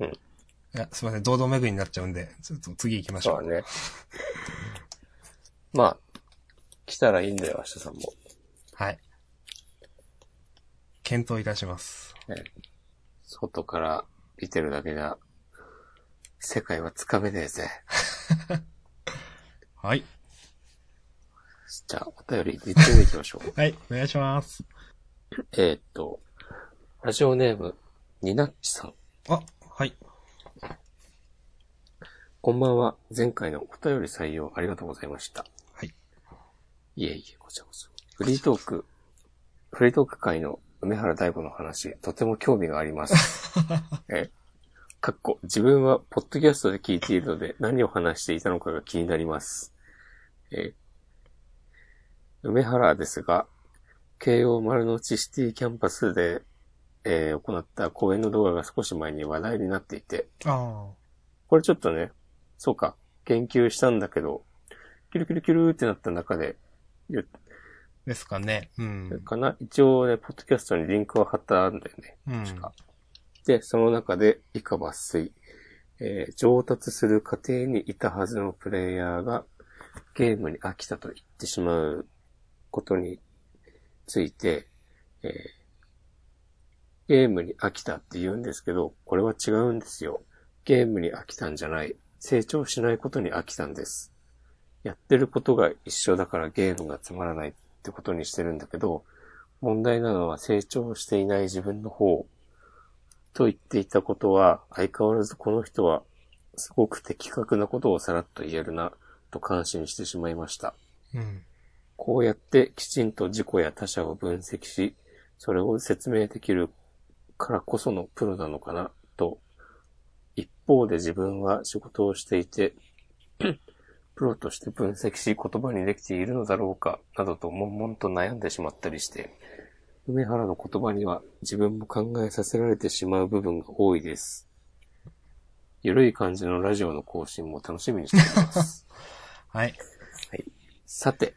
うんいや、すいません、堂々巡りになっちゃうんで、ちょっと次行きましそょうだう。ね。まあ、来たらいいんだよ、明日さんも。はい。検討いたします。外から見てるだけじゃ、世界はつかめねえぜ。はい。じゃあ、お便り一点でいきましょう。はい、お願いします。えーっと、ラジオネーム、になっちさん。あ、はい。こんばんは。前回のお便り採用ありがとうございました。はい。いえいえ、こちらこそ。フリートーク、フリートーク会の梅原大吾の話、とても興味があります。 え、かっこ、自分はポッドキャストで聞いているので何を話していたのかが気になります。え、梅原ですが、慶応丸の内シティキャンパスで、えー行った講演の動画が少し前に話題になっていて、あこれちょっとね、そうか、言及したんだけど、キュルキュルキュルってなった中で、言っーですかね。うん。かな、一応ね、ポッドキャストにリンクは貼ったんだよね。うん。確か。で、その中で、以下抜粋。えー上達する過程にいたはずのプレイヤーが、ゲームに飽きたと言ってしまうことについて、えーゲームに飽きたって言うんですけど、これは違うんですよ。ゲームに飽きたんじゃない。成長しないことに飽きたんです。やってることが一緒だからゲームがつまらないってことにしてるんだけど、問題なのは成長していない自分の方。と言っていたことは、相変わらずこの人は、すごく的確なことをさらっと言えるな、と感心してしまいました。うん。こうやってきちんと自己や他者を分析し、それを説明できるからこそのプロなのかな、と。一方で自分は仕事をしていて、 プロとして分析し言葉にできているのだろうか、などと悶々と悩んでしまったりして、梅原の言葉には自分も考えさせられてしまう部分が多いです。ゆるい感じのラジオの更新も楽しみにしています。はい。さて、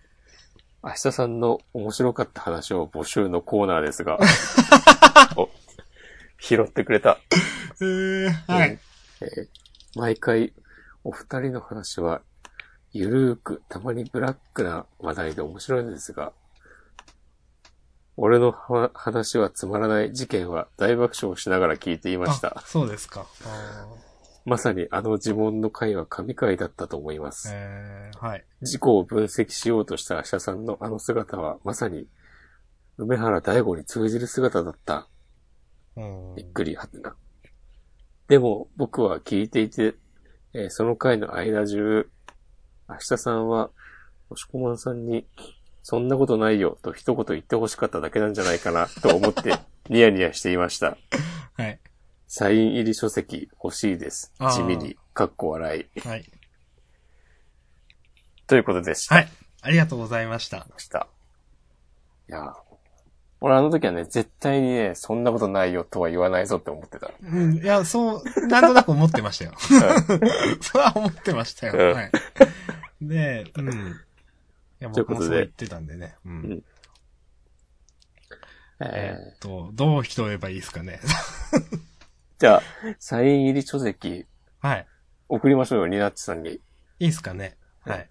明日さんの面白かった話を募集のコーナーです が、お拾ってくれた。えー、はい。えー毎回、お二人の話は、ゆるーく、たまにブラックな話題で面白いのですが、俺のは話はつまらない事件は大爆笑しながら聞いていましたあ、。そうですか。あまさにあの呪文の回は神回だったと思いますー。えー、はい。事故を分析しようとした明日さんのあの姿はまさに梅原大吾に通じる姿だった。うんびっくりはてな。でも僕は聞いていて、えーその回の間中、明日さんは、押しこまんさんに、そんなことないよと一言言ってほしかっただけなんじゃないかなと思 ってニヤニヤしていました。はい。サイン入り書籍欲しいですあ。ー地味に、かっこ笑い。はい。ということでした。はい。ありがとうございました。ました。いやー、俺あの時はね、絶対にね、そんなことないよとは言わないぞって思ってた。うん。いや、そう、なんとなく思ってましたよ。 それは思ってましたうんよ。はい。で、うん。いや、とい僕うこもとでそう言ってたんでね。うん。ええーーっと、どう拾えばいいですかね。じゃあ、サイン入り書籍はい。送りましょうよ、ニナッチさんに。いいですかね。はい。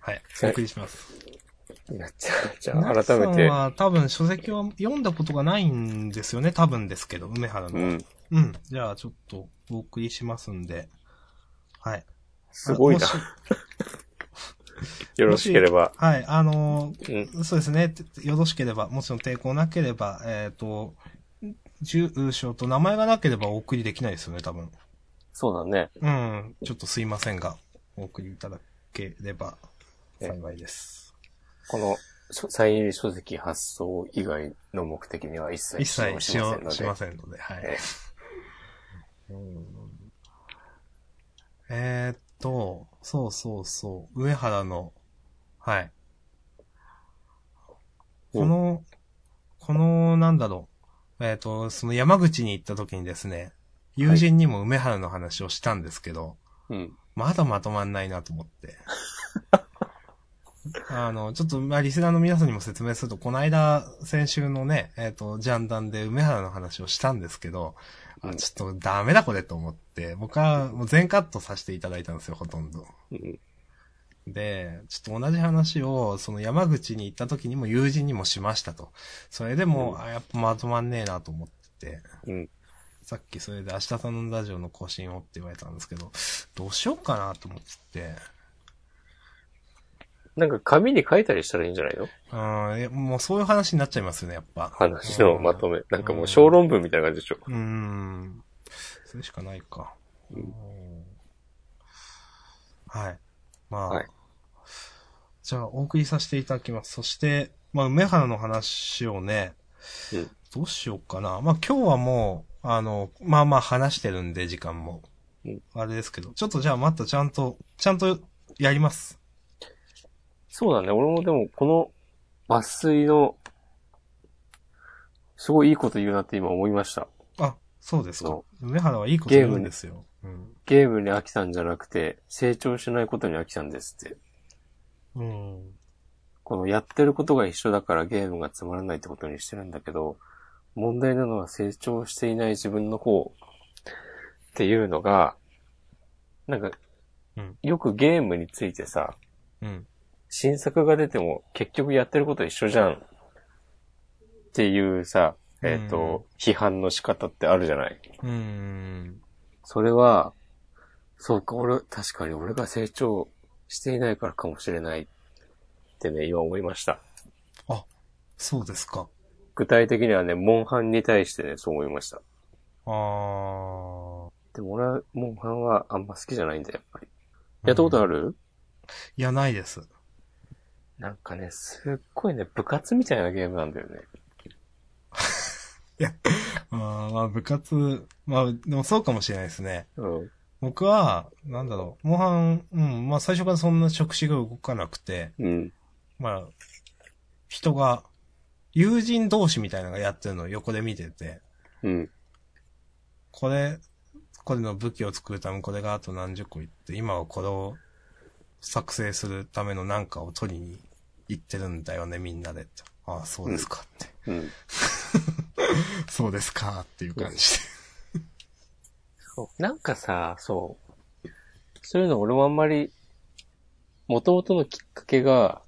はい。お送りします。いや、じゃあ、じゃあ、改めて。は多分書籍は読んだことがないんですよね。多分ですけど、梅原の。ううん。ん。じゃあ、ちょっとお送りしますんで。はい。すごいなも。しよろしければ。はい。あのーうん。そうですね。てよろしければ、もちろん抵抗なければ、えっ、と、住所と名前がなければお送りできないですよね、多分。そうだね。うん。ちょっとすいませんが、お送りいただければ幸いです。この、書サイン入り書籍発送以外の目的には一切一使用切し使ません用のしでま。せんので、はいえ。えーっと、そうそうそう、上原の、はい。おこの、この、なんだろう、えーっと、その山口に行った時にですね、友人にも梅原の話をしたんですけど、うん。まだまとまんないなと思って。 あの、ちょっと、まあ、リスナーの皆さんにも説明すると、この間、先週のね、えっ、と、ジャンダンで梅原の話をしたんですけど、うあんちょっとダメだこれと思って、僕はもう全カットさせていただいたんですよ、ほとんど。うん。で、ちょっと同じ話を、その山口に行った時にも友人にもしましたと。それでも、あ、やっぱまとまんねえなと思ってて。うん。さっきそれで明日さんのラジオの更新をって言われたんですけど、どうしようかなと思ってて。なんか紙に書いたりしたらいいんじゃないのうんいや、もうそういう話になっちゃいますよね、やっぱ。話のまとめ。なんかもう小論文みたいな感じでしょ。め。うん。それしかないか。うんはい。まあ、はいじゃあ、お送りさせていただきます。そして、まあ、梅原の話をね、うんどうしようかな。まあ、今日はもう、あの、まあまあ話してるんで、時間も。うんあれですけど、ちょっとじゃあまたちゃんと、ちゃんとやります。そうだね。俺もでも、この抜粋の、すごいいいこと言うなって今思いました。あ、そうですかそ。梅原はいいこと言うんですよ。うん。ゲームに飽きたんじゃなくて、成長しないことに飽きたんですって。うん。このやってることが一緒だからゲームがつまらないってことにしてるんだけど、問題なのは成長していない自分の方っていうのが、なんかうん、よくゲームについてさ、うん。新作が出ても結局やってること一緒じゃんっていうさ、えっ、と、批判の仕方ってあるじゃないうん。それは、そうか、俺、確かに俺が成長していないからかもしれないってね、今思いました。そうですか。具体的にはね、モンハンに対してね、そう思いました。あー。でも俺は、モンハンはあんま好きじゃないんだよ、やっぱり。やったことある、る、いや、ないです。なんかね、すっごいね、部活みたいなゲームなんだよね。あーまあ、部活、まあ、でもそうかもしれないですね。うん。僕は、なんだろう、モンハン、うん、まあ最初からそんな触手が動かなくて、うん。まあ、人が、友人同士みたいなのがやってるのを横で見てて、うん。これ、これの武器を作るためにこれがあと何十個いって、今はこれを作成するためのなんかを取りに行ってるんだよね、みんなでって。ああ、そうですかって。うん。そうですかっていう感じで。そうなんかさ、そう。そういうの俺もあんまり、元々のきっかけが、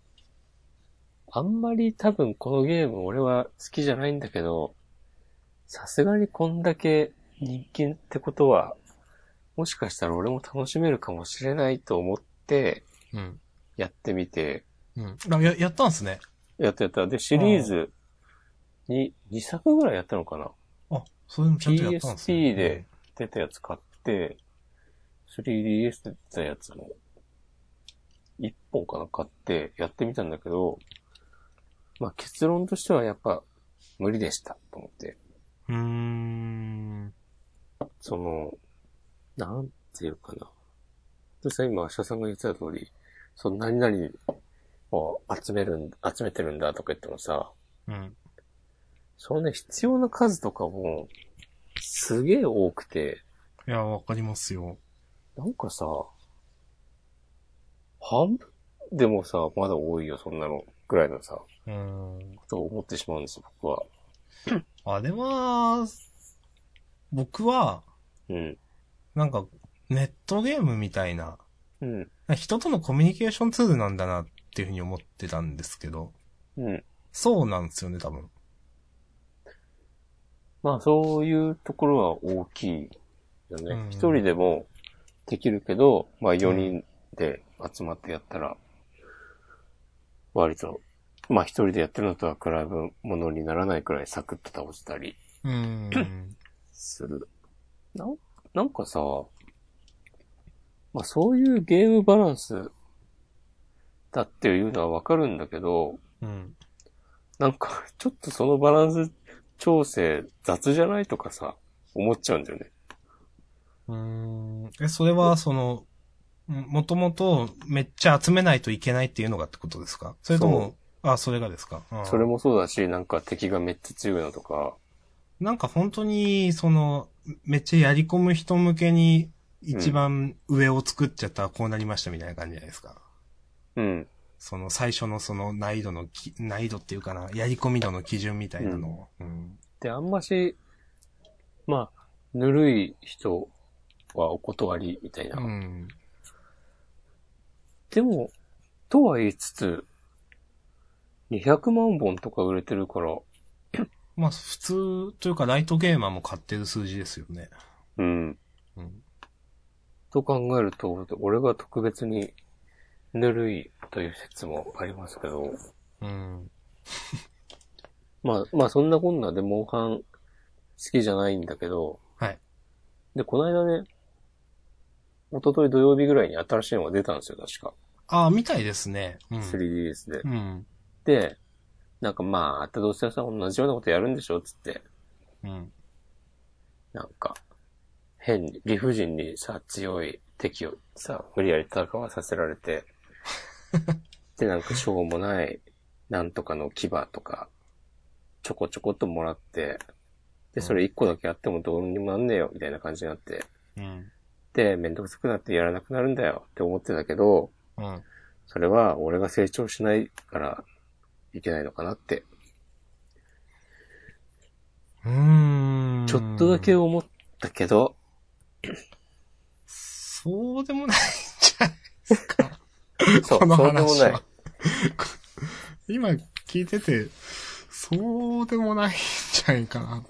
あんまり多分このゲーム俺は好きじゃないんだけど、さすがにこんだけ人気ってことは、もしかしたら俺も楽しめるかもしれないと思って、うん。やってみて、うん。あや、やったんすね。やったやった。で、シリーズに2作ぐらいやったのかなあ、それもちゃんとやったんすね。 PSP で出たやつ買って、3DS で出たやつも、1本かな買ってやってみたんだけど、まあ結論としてはやっぱ無理でしたと思って。うん。うーん。その、なんていうかな。でさ、今、社さんが言ってた通り、その何々を集めるん、集めてるんだとか言ってもさ、うん。そのね、必要な数とかも、すげえ多くて、いや、わかりますよ。なんかさ、半分でもさ、まだ多いよ、そんなの、ぐらいのさ、うーん。ことを思ってしまうんですよ、僕は。あれは、僕は、うん。なんか、ネットゲームみたいな、うん。 人とのコミュニケーションツールなんだなっっていうふうに思ってたんですけど、うん。そうなんですよね、多分。まあそういうところは大きいよねうん。一、人でもできるけど、まあ4人で集まってやったら、割と、まあ一人でやってるのとは比べ物にならないくらいサクッと倒したりうーん。する。なん、なんかさ、まあそういうゲームバランスだっていうのはわかるんだけど、うん。なんか ちょっとそのバランス調整雑じゃないとかさ、思っちゃうんだよね。うーん。え、それは、その、もともとめっちゃ集めないといけないっていうのがってことですかそれとも、あ、それがですか、うんそれもそうだし、なんか敵がめっちゃ強いのとか、なんか本当に、その、めっちゃやり込む人向けに、一番上を作っちゃったらこうなりましたみたいな感じじゃないですか。うん。その最初のその難易度のき、難易度っていうかな、やり込み度の基準みたいなのを。うん。で、あんまし、まあ、ぬるい人はお断りみたいな。うん。でも、とは言いつつ、200万本とか売れてるから、まあ普通というかライトゲーマーも買ってる数字ですよね。うん。うん。と考えると、俺が特別にぬるいという説もありますけど、うん。まあ、まあそんなこんなで、モンハン好きじゃないんだけど、はい。で、この間ね、一昨日土曜日ぐらいに新しいのが出たんですよ、確か。ああ、みたいですね。うん。 3DS で。うん。で、なんかまあ、あったどうせさ、同じようなことやるんでしょっつって、うん。なんか、変に、理不尽にさ、強い敵をさ、無理やり戦わさせら れて、で、なんかしょうもない、なんとかの牙とか、ちょこちょこっともらって、で、それ一個だけやってもどうにもなんねえよ、みたいな感じになって、うん。で、めんどくさくなってやらなくなるんだよって思ってたけど、うん。それは俺が成長しないからいけないのかなって、うーん。ちょっとだけ思ったけど、そうでもないんじゃないそ う、このそうでも話ないは。。今聞いてて、そうでもないんじゃないかなと。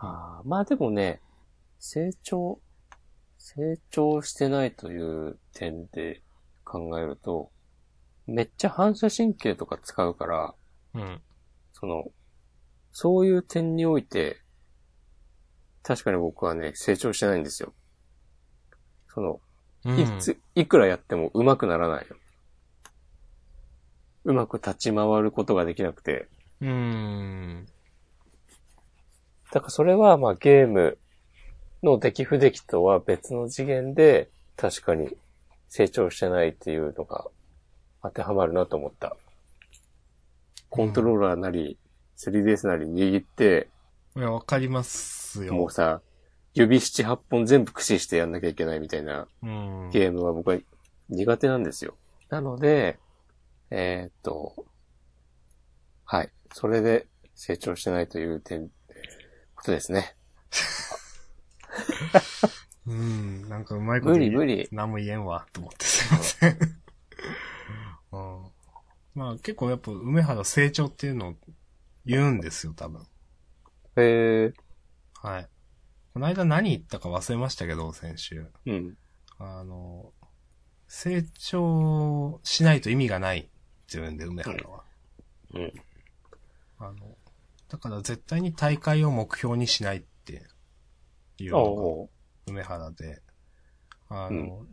あーまあでもね、成長、成長してないという点で考えると、めっちゃ反射神経とか使うから、うん。その、そういう点において、確かに僕はね、成長してないんですよ。その、いつ、いくらやっても上手くならないよ。うまく立ち回ることができなくて。うん。だからそれは、まあゲームの出来不出来とは別の次元で、確かに成長してないっていうのが当てはまるなと思った。コントローラーなり、3DS なり握って、いや、わかりますよ。もうさ、指7、8本全部駆使してやんなきゃいけないみたいなうん。ゲームは僕は苦手なんですよ。なので、えーっと、はい。それで成長してないという点、ことですね。うん。なんかうまいこと無言理え無理。何も言えんわ、と思ってすいません。うん、まあ結構やっぱ梅原成長っていうのを言うんですよ、多分。へえ。はい。この間何言ったか忘れましたけど、先週。うん。あの、成長しないと意味がないっていうんで、梅原は。うん。あの、だから絶対に大会を目標にしないっていうのがおう梅原で、あの、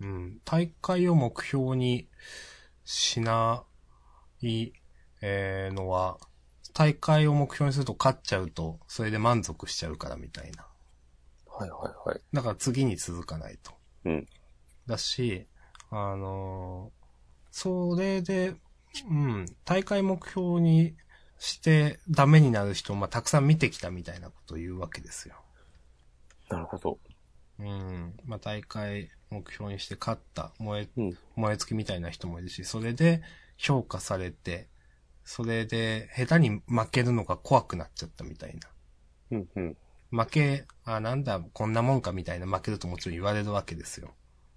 うん、大会を目標にしない、えーのは、大会を目標にすると勝っちゃうと、それで満足しちゃうからみたいな。はいはいはい。だから次に続かないと。うんだし、あのーそれで、うん、大会目標にしてダメになる人を、まあ、たくさん見てきたみたいなことを言うわけですよ。なるほど。うん。まあ、大会目標にして勝った、燃え、うん燃え尽きみたいな人もいるし、それで評価されて、それで下手に負けるのが怖くなっちゃったみたいうんうん。な。負け、あ、なんだ、こんなもんかみたいな負けるともちろん言われるわけですよ。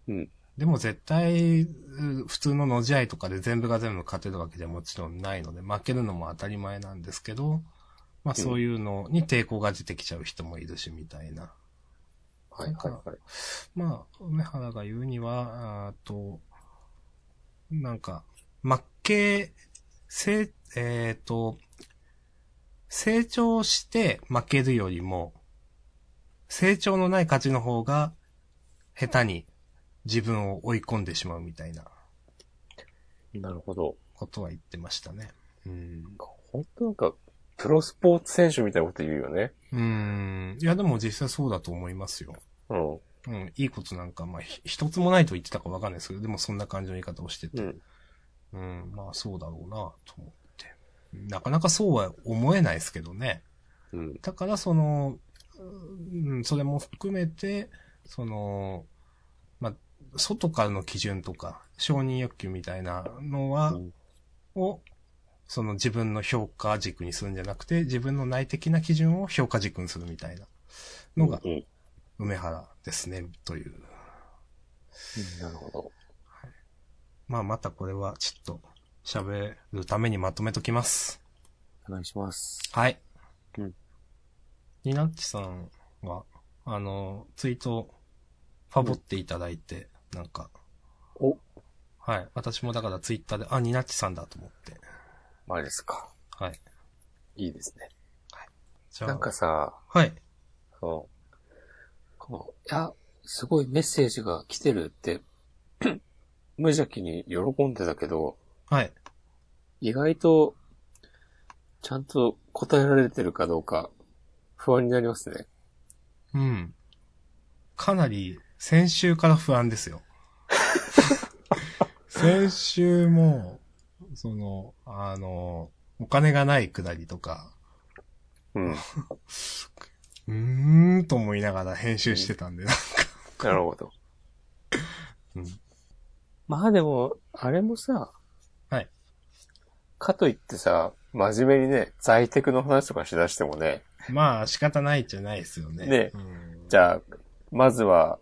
うんでも絶対、う普通ののじ合いとかで全部が全部勝てるわけじゃもちろんないので、負けるのも当たり前なんですけど、まあそういうのに抵抗が出てきちゃう人もいるし、みたいな。はいはいはい。まあ、梅原が言うには、あーと、なんか、負け、せ、えっ、と、成長して負けるよりも、成長のない勝ちの方が、下手に自分を追い込んでしまうみたいななるほど。ことは言ってましたね。うん。本当なんか、プロスポーツ選手みたいなこと言うよね。うん。いや、でも実際そうだと思いますよ。うん。うん。いいことなんか、まあ、ひ一つもないと言ってたかわかんないですけど、でもそんな感じの言い方をしてて。うん。うん、まあそうだろうな、と思って。なかなかそうは思えないですけどね。うん。だからその、うん、それも含めて、その、まあ、外からの基準とか、承認欲求みたいなのは、うんを、その自分の評価軸にするんじゃなくて、自分の内的な基準を評価軸にするみたいなのがう、ん。梅原ですね、という。なるほど。まあまたこれはちょっと喋るためにまとめときます。お願いします。はい。うん。ニナッチさんは、あの、ツイート、ファボっていただいて、なんか、お、はい。私もだからツイッターで、あ、ニナッチさんだと思って。まあですか。はい。いいですね。じゃあ、なんかさ、はい。そのこう、いや、すごいメッセージが来てるって、 無邪気に喜んでたけど、はい。意外と、ちゃんと答えられてるかどうか、不安になりますね。うん。かなり、先週から不安です よ。先週も、その、あの、お金がないくだりとか、うん。うーんと思いながら編集してたんで、なるほど。 うんまあでも、あれもさ、はい。かといってさ、真面目にね、在宅の話とかしだしてもね、まあ、仕方ないじゃないですよね。ねうんじゃあ、まずは、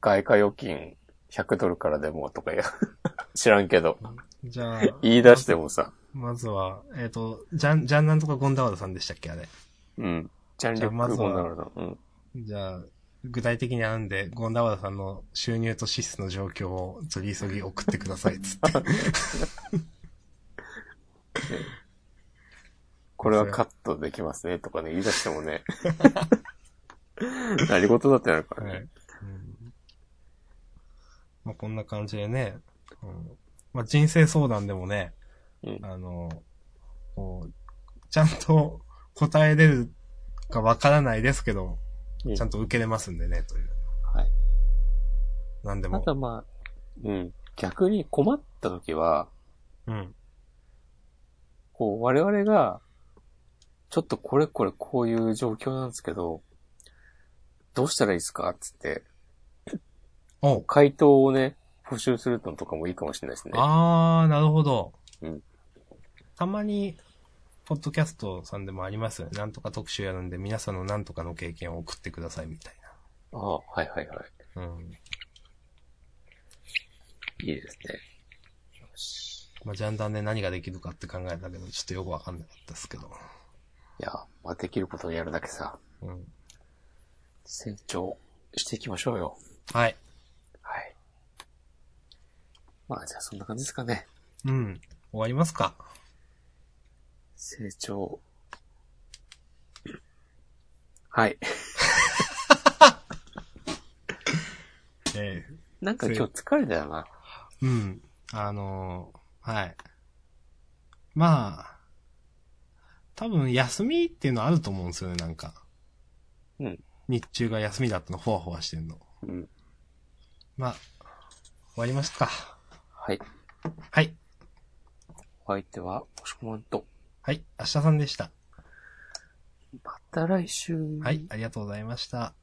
外貨預金100ドルからでもとか言う 知らんけど、じゃあ、言 い出してもさ、まずは、えっ、と、ジャン、ジャンなんとかゴンダワルさんでしたっけあれ。うん。ジャンリじュゃあまック・ずゴンはダワルド。うん。じゃあ、具体的にあるんで、ゴンダワルさんの収入と支出の状況を取り急ぎ送ってください、つ って。これはカットできますね、とかね、言い出しても ね。何事だってなるからね。はい。うんまあ、こんな感じでね、うんまあ、人生相談でもね、うんあの、こう、ちゃんと答えれるかわからないですけど、うんちゃんと受けれますんでね、という。はい。なんであもと。はまあ、うん。逆に困った時は、うん。こう、我々が、ちょっとこれこれこういう状況なんですけど、どうしたらいいですかつって、おう回答をね、募集するのとかもいいかもしれないですね。あー、なるほど。うんたまに、ポッドキャストさんでもありますよね。なんとか特集やるんで、皆さんのなんとかの経験を送ってくださいみたいああ、はいはいはな。うん。い。いいですね。よし。まあ、ジャンダンで何ができるかって考えたけど、ちょっとよくわかんなかったですけど。いや、まあ、できることをやるだけさ、うん。成長していきましょうよ。はい。はい。まあ、じゃあそんな感じですかね。うん。終わりますか。成長。はい。ええなんか今日疲れたよな。うん。あのーはい。まあ、多分休みっていうのはあると思うんですよね、なんか。うん。日中が休みだったの、ほわほわしてんの。うん。まあ、終わりますか。はい。はい。お相手は、もしこまんと。はい。明日さんでした。また来週。はい。ありがとうございました。